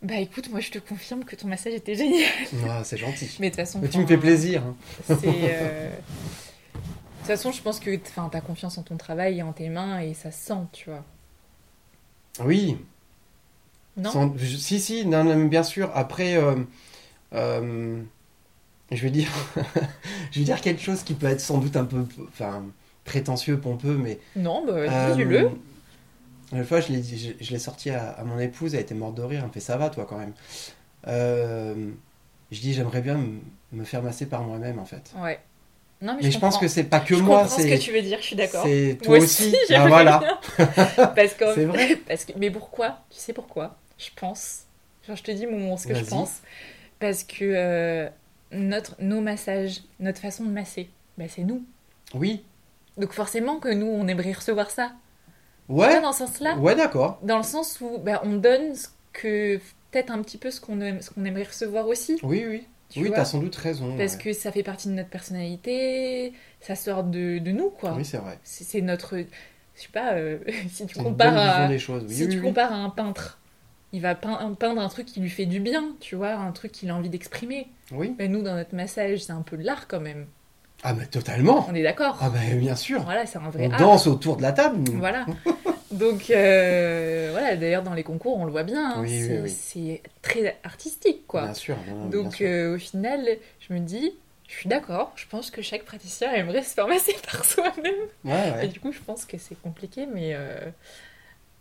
B: Bah écoute, moi je te confirme que ton massage était génial.
C: Ah, c'est gentil.
B: Mais de toute façon.
C: Mais tu
B: enfin, euh,
C: me fais plaisir. hein.
B: c'est, euh, De toute façon, je pense que enfin, t'as confiance en ton travail et en tes mains et ça se sent, tu vois.
C: Oui.
B: Non
C: Sans- je- Si, si, non, non, mais bien sûr. Après, euh, euh, je vais dire, je vais dire quelque chose qui peut être sans doute un peu, enfin, prétentieux, pompeux, mais
B: Non, bah
C: Euh,
B: dis-le.
C: La fois, je l'ai dit- je- je l'ai sorti à, à mon épouse, elle était morte de rire, elle me fait ça va toi quand même. Euh, je dis j'aimerais bien m- me faire masser par moi-même en fait.
B: Ouais. Non, mais,
C: Mais je pense
B: comprends.
C: que c'est pas que
B: Ah je
C: moi,
B: comprends ce
C: c'est
B: que tu veux dire, je suis d'accord.
C: c'est
B: Moi
C: toi aussi.
B: j'aimerais
C: Ah, voilà,
B: bien. parce que,
C: C'est vrai.
B: Parce que, mais pourquoi Tu sais pourquoi Je pense. Genre, je te dis, mon ce que je
C: Vas-y.
B: pense. Parce que euh, notre, nos massages, notre façon de masser, bah, c'est nous.
C: oui,
B: Donc, forcément, que nous, on aimerait recevoir ça. Tu vois,
C: ouais,
B: dans ce sens-là.
C: ouais d'accord,
B: Dans le sens où bah, on donne ce que. Peut-être un petit peu ce qu'on aime- ce qu'on aimerait recevoir aussi.
C: oui oui,
B: Tu
C: oui
B: vois
C: t'as sans doute raison.
B: Parce
C: ouais.
B: que ça fait partie de notre personnalité, ça sort de, de nous, quoi.
C: oui c'est vrai.
B: C'est c'est notre. Je sais pas, euh, si tu
C: C'est une
B: compares
C: bonne vision
B: à.
C: des choses. Oui,
B: si
C: oui,
B: tu
C: oui.
B: compares à un peintre, il va pein- peindre un truc qui lui fait du bien, tu vois, un truc qu'il a envie d'exprimer.
C: Oui.
B: Mais nous, dans notre massage, c'est un peu de l'art quand même.
C: Ah bah totalement.
B: On est d'accord.
C: Ah bah bien sûr.
B: Voilà, c'est un vrai
C: On
B: art.
C: danse autour de la table. nous.
B: ah. Voilà. Donc, euh, voilà, d'ailleurs, dans les concours, on le voit bien. hein,
C: Oui, oui,
B: c'est
C: oui.
B: c'est très artistique, quoi.
C: Bien sûr. non, non, bien
B: Donc,
C: sûr.
B: euh, au final, je me dis, je suis d'accord, je pense que chaque praticien aimerait se faire masser par soi-même.
C: Ouais,
B: Et
C: ouais.
B: du coup, je pense que c'est compliqué, mais, euh,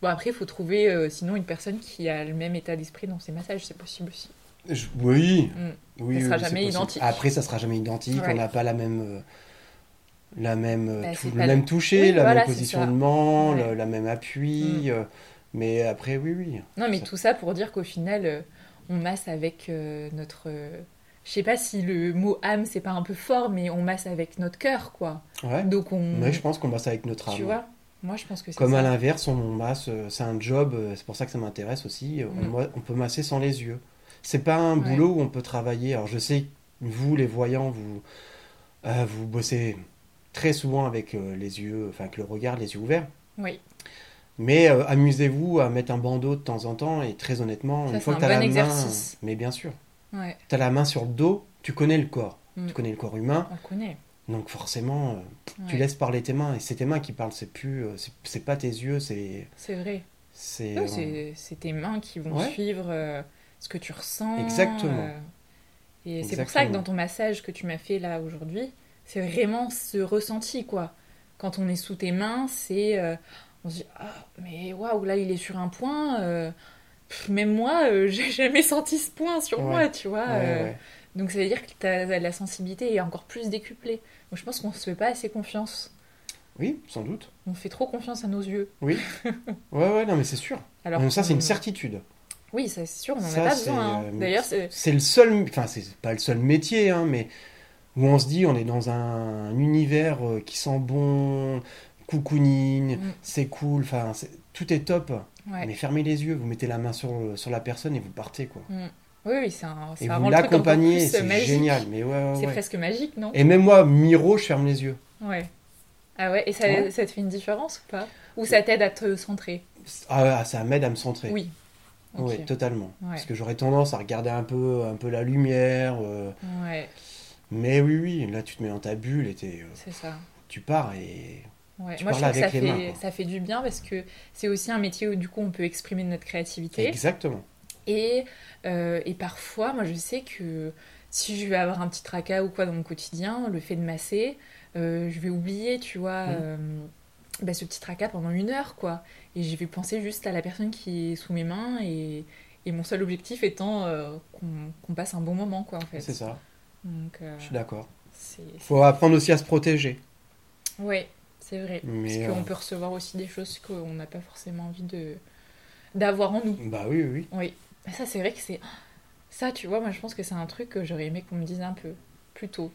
B: Bon, après, il faut trouver euh, sinon une personne qui a le même état d'esprit dans ses massages, c'est possible aussi.
C: Je- Oui.
B: Mm.
C: oui.
B: Ça sera
C: oui, c'est
B: jamais
C: possible.
B: identique.
C: Après, ça sera jamais identique.
B: Ouais.
C: On n'a pas la même, euh, la même, euh,
B: Bah,
C: tou-
B: c'est
C: le
B: pas
C: même
B: le-
C: toucher,
B: Oui,
C: la
B: voilà,
C: même
B: c'est ça.
C: positionnement,
B: Ouais. Mm.
C: le- la même appui. euh, mais après, oui, oui.
B: Non, mais
C: Ça-
B: tout ça pour dire qu'au final, euh, on masse avec euh, notre. euh, Je sais pas si le mot âme, c'est pas un peu fort, mais on masse avec notre cœur, quoi.
C: Ouais.
B: Donc on.
C: Mais je pense qu'on masse avec notre âme.
B: Mm. tu vois Moi, je pense que c'est.
C: Comme
B: ça.
C: à l'inverse, on masse, euh, c'est un job, euh, c'est pour ça que ça m'intéresse aussi, euh, on,
B: Mm.
C: ma- on peut masser sans les yeux. C'est pas un
B: Ouais.
C: boulot où on peut travailler. Alors je sais, vous les voyants, vous, euh, vous bossez très souvent avec euh, les yeux, enfin avec le regard, les yeux ouverts.
B: Oui,
C: Mais euh, amusez-vous à mettre un bandeau de temps en temps et très honnêtement,
B: Ça,
C: une fois
B: c'est
C: que tu as
B: un
C: la
B: bon
C: main,
B: exercice.
C: mais bien sûr,
B: ouais,
C: tu as la main sur le dos, tu connais le corps,
B: Mm.
C: tu connais le corps humain,
B: on connaît.
C: donc forcément, euh, tu
B: Ouais,
C: laisses parler tes mains et c'est tes mains qui parlent, c'est plus, euh, c'est- c'est pas tes yeux, c'est
B: C'est vrai.
C: c'est
B: Ouais,
C: euh,
B: Ah, c'est- c'est tes mains qui vont
C: Ouais.
B: suivre euh, ce que tu ressens.
C: Exactement.
B: euh, Et c'est pour ça que
C: Exactement.
B: dans ton massage que tu m'as fait là aujourd'hui, c'est vraiment ce ressenti, quoi. Quand on est sous tes mains, c'est. euh, on se dit, ah, mais waouh, là il est sur un point. euh, pff, même moi, euh, j'ai jamais senti ce point sur
C: Ouais.
B: moi, tu
C: ouais,
B: vois. euh,
C: ouais.
B: Donc ça veut dire que ta- la sensibilité est encore plus décuplée. Donc je pense qu'on se fait pas assez confiance.
C: Oui, sans doute.
B: On fait trop confiance à nos yeux.
C: Ouais, ouais, non, mais c'est sûr.
B: Alors euh,
C: Non, ça, c'est
B: qu'on-
C: une certitude.
B: Oui, ça c'est sûr, on en
C: Ça,
B: a pas
C: c'est,
B: besoin. hein.
C: euh,
B: D'ailleurs, c'est
C: C'est le seul, enfin, c'est pas le seul métier, hein, mais où on se dit, on est dans un, univers euh, qui sent bon, coucounine,
B: Mm.
C: c'est cool, enfin, c'est- tout est top.
B: ouais.
C: Mais fermez les yeux, vous mettez la main sur, le- sur la personne et vous partez, quoi.
B: Oui, oui, c'est un.
C: Et
B: ça rend
C: vous
B: le truc encore
C: l'accompagnez,
B: plus euh,
C: c'est
B: magique.
C: génial. Mais ouais, ouais,
B: C'est
C: ouais.
B: presque magique, non
C: Et même moi, Miro, je ferme les yeux.
B: Ouais. Ah ouais, et ça,
C: Ouais.
B: ça te fait une différence ou pas Ou ça t'aide à te centrer
C: Ah, ça m'aide à me centrer.
B: Oui. Ok.
C: Ouais, totalement.
B: Ouais.
C: Parce que j'aurais tendance à regarder un peu, un peu la lumière. euh,
B: Ouais,
C: Mais oui, oui, là, tu te mets dans ta bulle et t'es, euh,
B: c'est ça.
C: tu pars et
B: Ouais.
C: Tu
B: Moi, je trouve
C: parles
B: que ça
C: avec
B: fait,
C: les mains, quoi.
B: ça fait du bien parce que c'est aussi un métier où, du coup, on peut exprimer notre créativité.
C: Exactement.
B: Et, euh, et parfois, moi je sais que si je vais avoir un petit tracas ou quoi dans mon quotidien, le fait de masser, euh, je vais oublier, tu vois,
C: Mhm.
B: euh, bah, ce petit tracas pendant une heure, quoi. Et je vais penser juste à la personne qui est sous mes mains et, et mon seul objectif étant euh, qu'on qu'on passe un bon moment, quoi, en fait.
C: C'est ça.
B: Donc, euh,
C: Je suis d'accord.
B: c'est...
C: Faut apprendre aussi à se protéger.
B: Ouais, c'est vrai.
C: Mais,
B: Parce
C: euh,
B: qu'on peut recevoir aussi des choses qu'on n'a pas forcément envie de... d'avoir en nous.
C: Bah oui, oui, oui.
B: Oui, Mais ça c'est vrai que c'est... Ça tu vois, moi je pense que c'est un truc que j'aurais aimé qu'on me dise un peu plus tôt.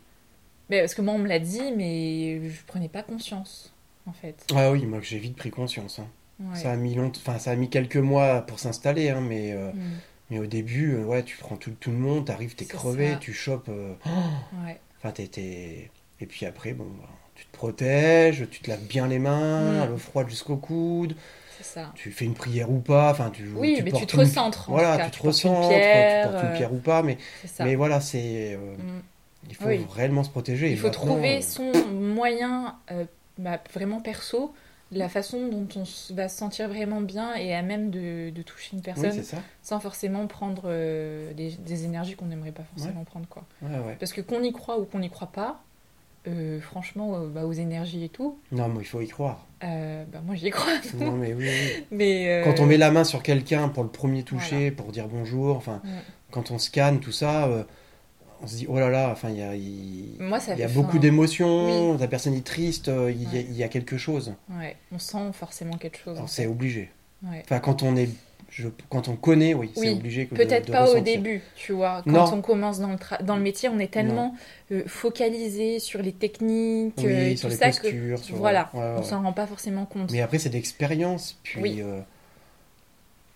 B: Mais, parce que moi on me l'a dit, mais je prenais pas conscience en fait.
C: Ah oui, moi j'ai vite pris conscience. hein.
B: Ouais.
C: Ça a mis long... enfin ça a mis quelques mois pour s'installer, hein, mais euh,
B: Mm.
C: mais au début, euh, ouais, tu prends tout, tout le monde, t'arrives, t'es
B: C'est
C: crevé,
B: ça.
C: tu chopes, euh,
B: Ouais.
C: enfin t'es, t'es- et puis après bon, bah, tu te protèges, tu te laves bien les mains,
B: Mm.
C: à l'eau froide jusqu'au coude,
B: c'est ça.
C: tu fais une prière ou pas, enfin tu
B: Oui, mais tu
C: portes
B: te
C: une-
B: recentres. en
C: voilà,
B: tout cas.
C: tu te
B: portes une
C: ressens, tu
B: pierre,
C: portes une
B: euh,
C: pierre ou pas, mais
B: C'est ça.
C: mais voilà, c'est euh,
B: Mm.
C: il faut
B: Oui.
C: réellement se protéger. et
B: Il faut
C: maintenant,
B: trouver
C: euh,
B: son moyen euh, bah, vraiment perso, la façon dont on s- va se sentir vraiment bien et à même de, de toucher une
C: Oui,
B: personne
C: c'est ça.
B: sans forcément prendre euh, des, des énergies qu'on n'aimerait pas forcément prendre quoi.
C: Ouais, ouais.
B: Parce que qu'on y croit ou qu'on n'y croit pas, euh, franchement, euh, bah, aux énergies et tout,
C: Non, mais il faut y croire.
B: euh, bah, moi j'y crois.
C: Non, mais oui, oui.
B: Mais, euh,
C: Quand on met la main sur quelqu'un pour le premier toucher, pour dire bonjour, enfin,
B: Ouais.
C: quand on scanne tout ça, euh, on se dit oh là là, enfin, il y a, il-
B: Moi, ça
C: il y a
B: fait-
C: beaucoup
B: enfin,
C: d'émotions, la personne est triste, euh, il, y a,
B: Ouais.
C: il y a quelque chose.
B: ouais, on sent forcément quelque chose.
C: Alors,
B: en
C: C'est
B: fait.
C: obligé.
B: Ouais.
C: Enfin, quand on est, je- quand on connaît, oui, c'est
B: Oui,
C: obligé. que de-
B: Peut-être
C: de
B: pas au
C: ressentir.
B: début, tu vois. Quand
C: Non.
B: on commence dans le, tra- dans le métier, on est tellement euh, focalisé sur les techniques,
C: Oui,
B: euh, et
C: sur
B: tout
C: les
B: ça que
C: postures, sur-
B: voilà,
C: ouais, ouais,
B: on
C: ouais.
B: s'en rend pas forcément compte.
C: Mais après, c'est d'expérience. Puis,
B: Oui.
C: euh,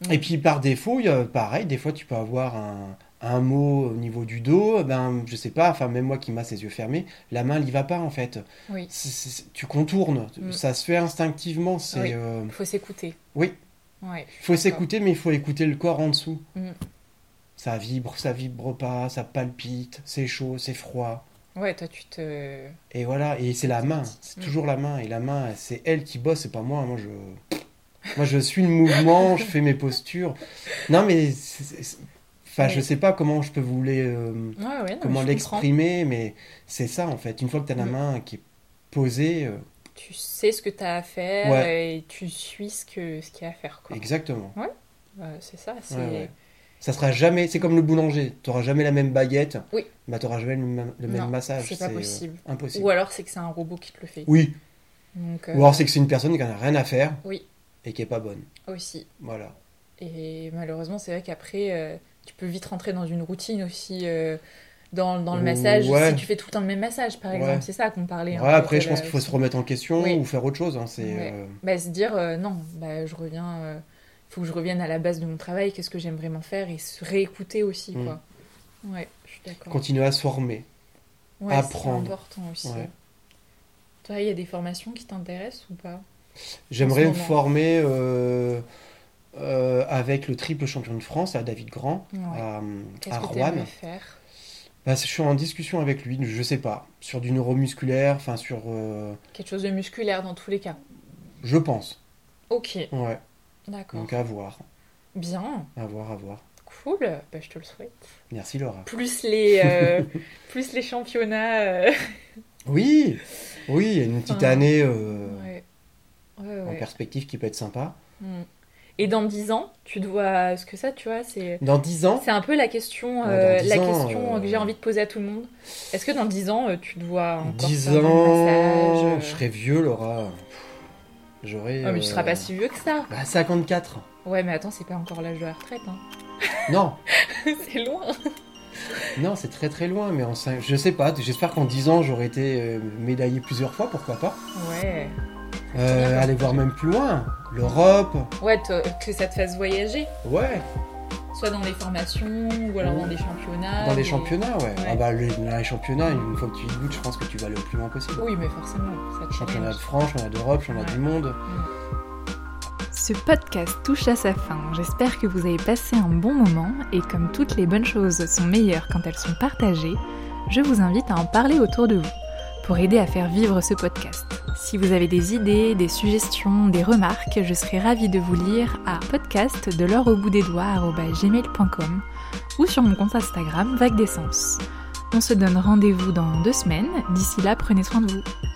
B: Mm.
C: Et puis par défaut, il y a- pareil, des fois tu peux avoir un, un mot au niveau du dos, ben je sais pas, enfin même moi qui masse les yeux fermés, la main n'y va pas en fait.
B: Oui,
C: C'est- c'est- c'est- tu contournes,
B: Mm.
C: ça se fait instinctivement. C'est
B: Oui.
C: euh,
B: faut s'écouter.
C: Oui.
B: Ouais.
C: il faut
B: D'accord.
C: s'écouter, mais il faut écouter le corps en dessous.
B: Mm.
C: Ça vibre, ça vibre pas, ça palpite, c'est chaud, c'est froid.
B: Ouais, toi tu te.
C: Et voilà, et c'est la main, c'est
B: Mm.
C: toujours la main, et la main, c'est elle qui bosse, c'est pas moi. Moi, je, moi, je suis le mouvement, je fais mes postures. Non, mais, c'est- c'est- c'est- enfin, je
B: Mais-
C: sais pas comment je peux vous les, euh,
B: Ouais, ouais, non,
C: comment
B: mais je comprends.
C: l'exprimer, mais c'est ça en fait. Une fois que tu as la
B: Mm.
C: main qui est posée, euh,
B: tu sais ce que tu as à faire
C: Ouais.
B: et tu suis ce que ce qu'il y a à faire quoi.
C: Exactement.
B: Euh, c'est ça, c'est
C: Ouais, ouais. Ça sera jamais, c'est comme le boulanger, tu n'auras jamais la même baguette,
B: Oui.
C: bah, tu n'auras jamais le même, le même
B: Non,
C: massage.
B: c'est pas
C: euh,
B: possible.
C: impossible.
B: Ou alors c'est que c'est un robot qui te le fait.
C: Oui,
B: Donc euh,
C: ou alors c'est que c'est une personne qui n'a rien à faire
B: Oui.
C: et qui est pas bonne.
B: aussi.
C: Voilà.
B: Et malheureusement, c'est vrai qu'après euh, tu peux vite rentrer dans une routine aussi euh, dans, dans le massage
C: Ouais.
B: si tu fais tout le temps le même massage par
C: Ouais.
B: exemple, c'est ça qu'on parlait. hein,
C: Ouais, après, je pense qu'il faut se
B: se
C: remettre en question
B: Oui.
C: ou faire autre chose. hein, c'est,
B: Ouais.
C: euh,
B: euh, bah, se dire euh, non, bah, je reviens, euh, faut que je revienne à la base de mon travail, qu'est-ce que j'aime vraiment faire et se réécouter aussi
C: Mm.
B: quoi. Ouais, je suis d'accord.
C: continuer à se former.
B: Ouais,
C: apprendre.
B: C'est important aussi.
C: Ouais.
B: Toi, il y a des formations qui t'intéressent ou pas
C: J'aimerais me
B: moment.
C: former euh, euh, avec le triple champion de France, à David Grand,
B: Ouais.
C: à, euh,
B: Qu'est-ce
C: à
B: que
C: Rouen.
B: t'aimerais faire
C: Bah, je suis en discussion avec lui, je sais pas, sur du neuromusculaire, enfin sur, euh,
B: Quelque chose de musculaire dans tous les cas.
C: je pense.
B: Ok,
C: Ouais.
B: d'accord.
C: Donc à voir,
B: Bien,
C: à voir, à voir.
B: cool. Bah, je te le souhaite.
C: Merci Laura.
B: Plus les, euh, plus les championnats. euh,
C: Oui, oui, il y a une petite
B: Enfin,
C: année euh,
B: Ouais. Ouais,
C: en
B: ouais.
C: perspective qui peut être sympa.
B: Mm. Et dans 10 ans, tu dois. Est-ce que ça, tu vois, c'est.
C: Dans 10 ans,
B: C'est un peu la question,
C: Ouais,
B: euh,
C: dans 10
B: la
C: ans,
B: question
C: euh,
B: que j'ai envie de poser à tout le monde. Est-ce que dans 10 ans, euh, tu dois encore
C: 10
B: faire des
C: ans,
B: massages, euh,
C: je serai vieux Laura. J'aurai.
B: Ah, mais tu
C: euh,
B: seras pas si vieux que ça.
C: bah, 54.
B: Ouais, mais attends, c'est pas encore l'âge de la retraite. Hein.
C: Non,
B: c'est loin.
C: non, c'est très très loin, mais en cinq- je sais pas, j'espère qu'en 10 ans j'aurai été euh, médaillé plusieurs fois, pourquoi pas.
B: Ouais.
C: Euh,
B: bien.
C: aller voir même plus loin, l'Europe,
B: Ouais, toi, que ça te fasse voyager.
C: ouais,
B: Soit dans des formations, ou alors dans des championnats.
C: Mmh. dans
B: des
C: les championnats, ouais.
B: Ah Ouais.
C: Ah bah, les, dans les championnats, une fois que tu y goûtes, je pense que tu vas aller au plus loin possible.
B: Oui, mais forcément, ça te
C: Championnat de
B: challenge.
C: France, championnat d'Europe, championnat
B: Ouais.
C: du monde.
A: Ce podcast touche à sa fin. J'espère que vous avez passé un bon moment et comme toutes les bonnes choses sont meilleures quand elles sont partagées, je vous invite à en parler autour de vous pour aider à faire vivre ce podcast. Si vous avez des idées, des suggestions, des remarques, je serai ravie de vous lire à podcast de l'or au bout des doigts arobase gmail.com ou sur mon compte Instagram Vague d'essence. On se donne rendez-vous dans deux semaines. D'ici là, prenez soin de vous.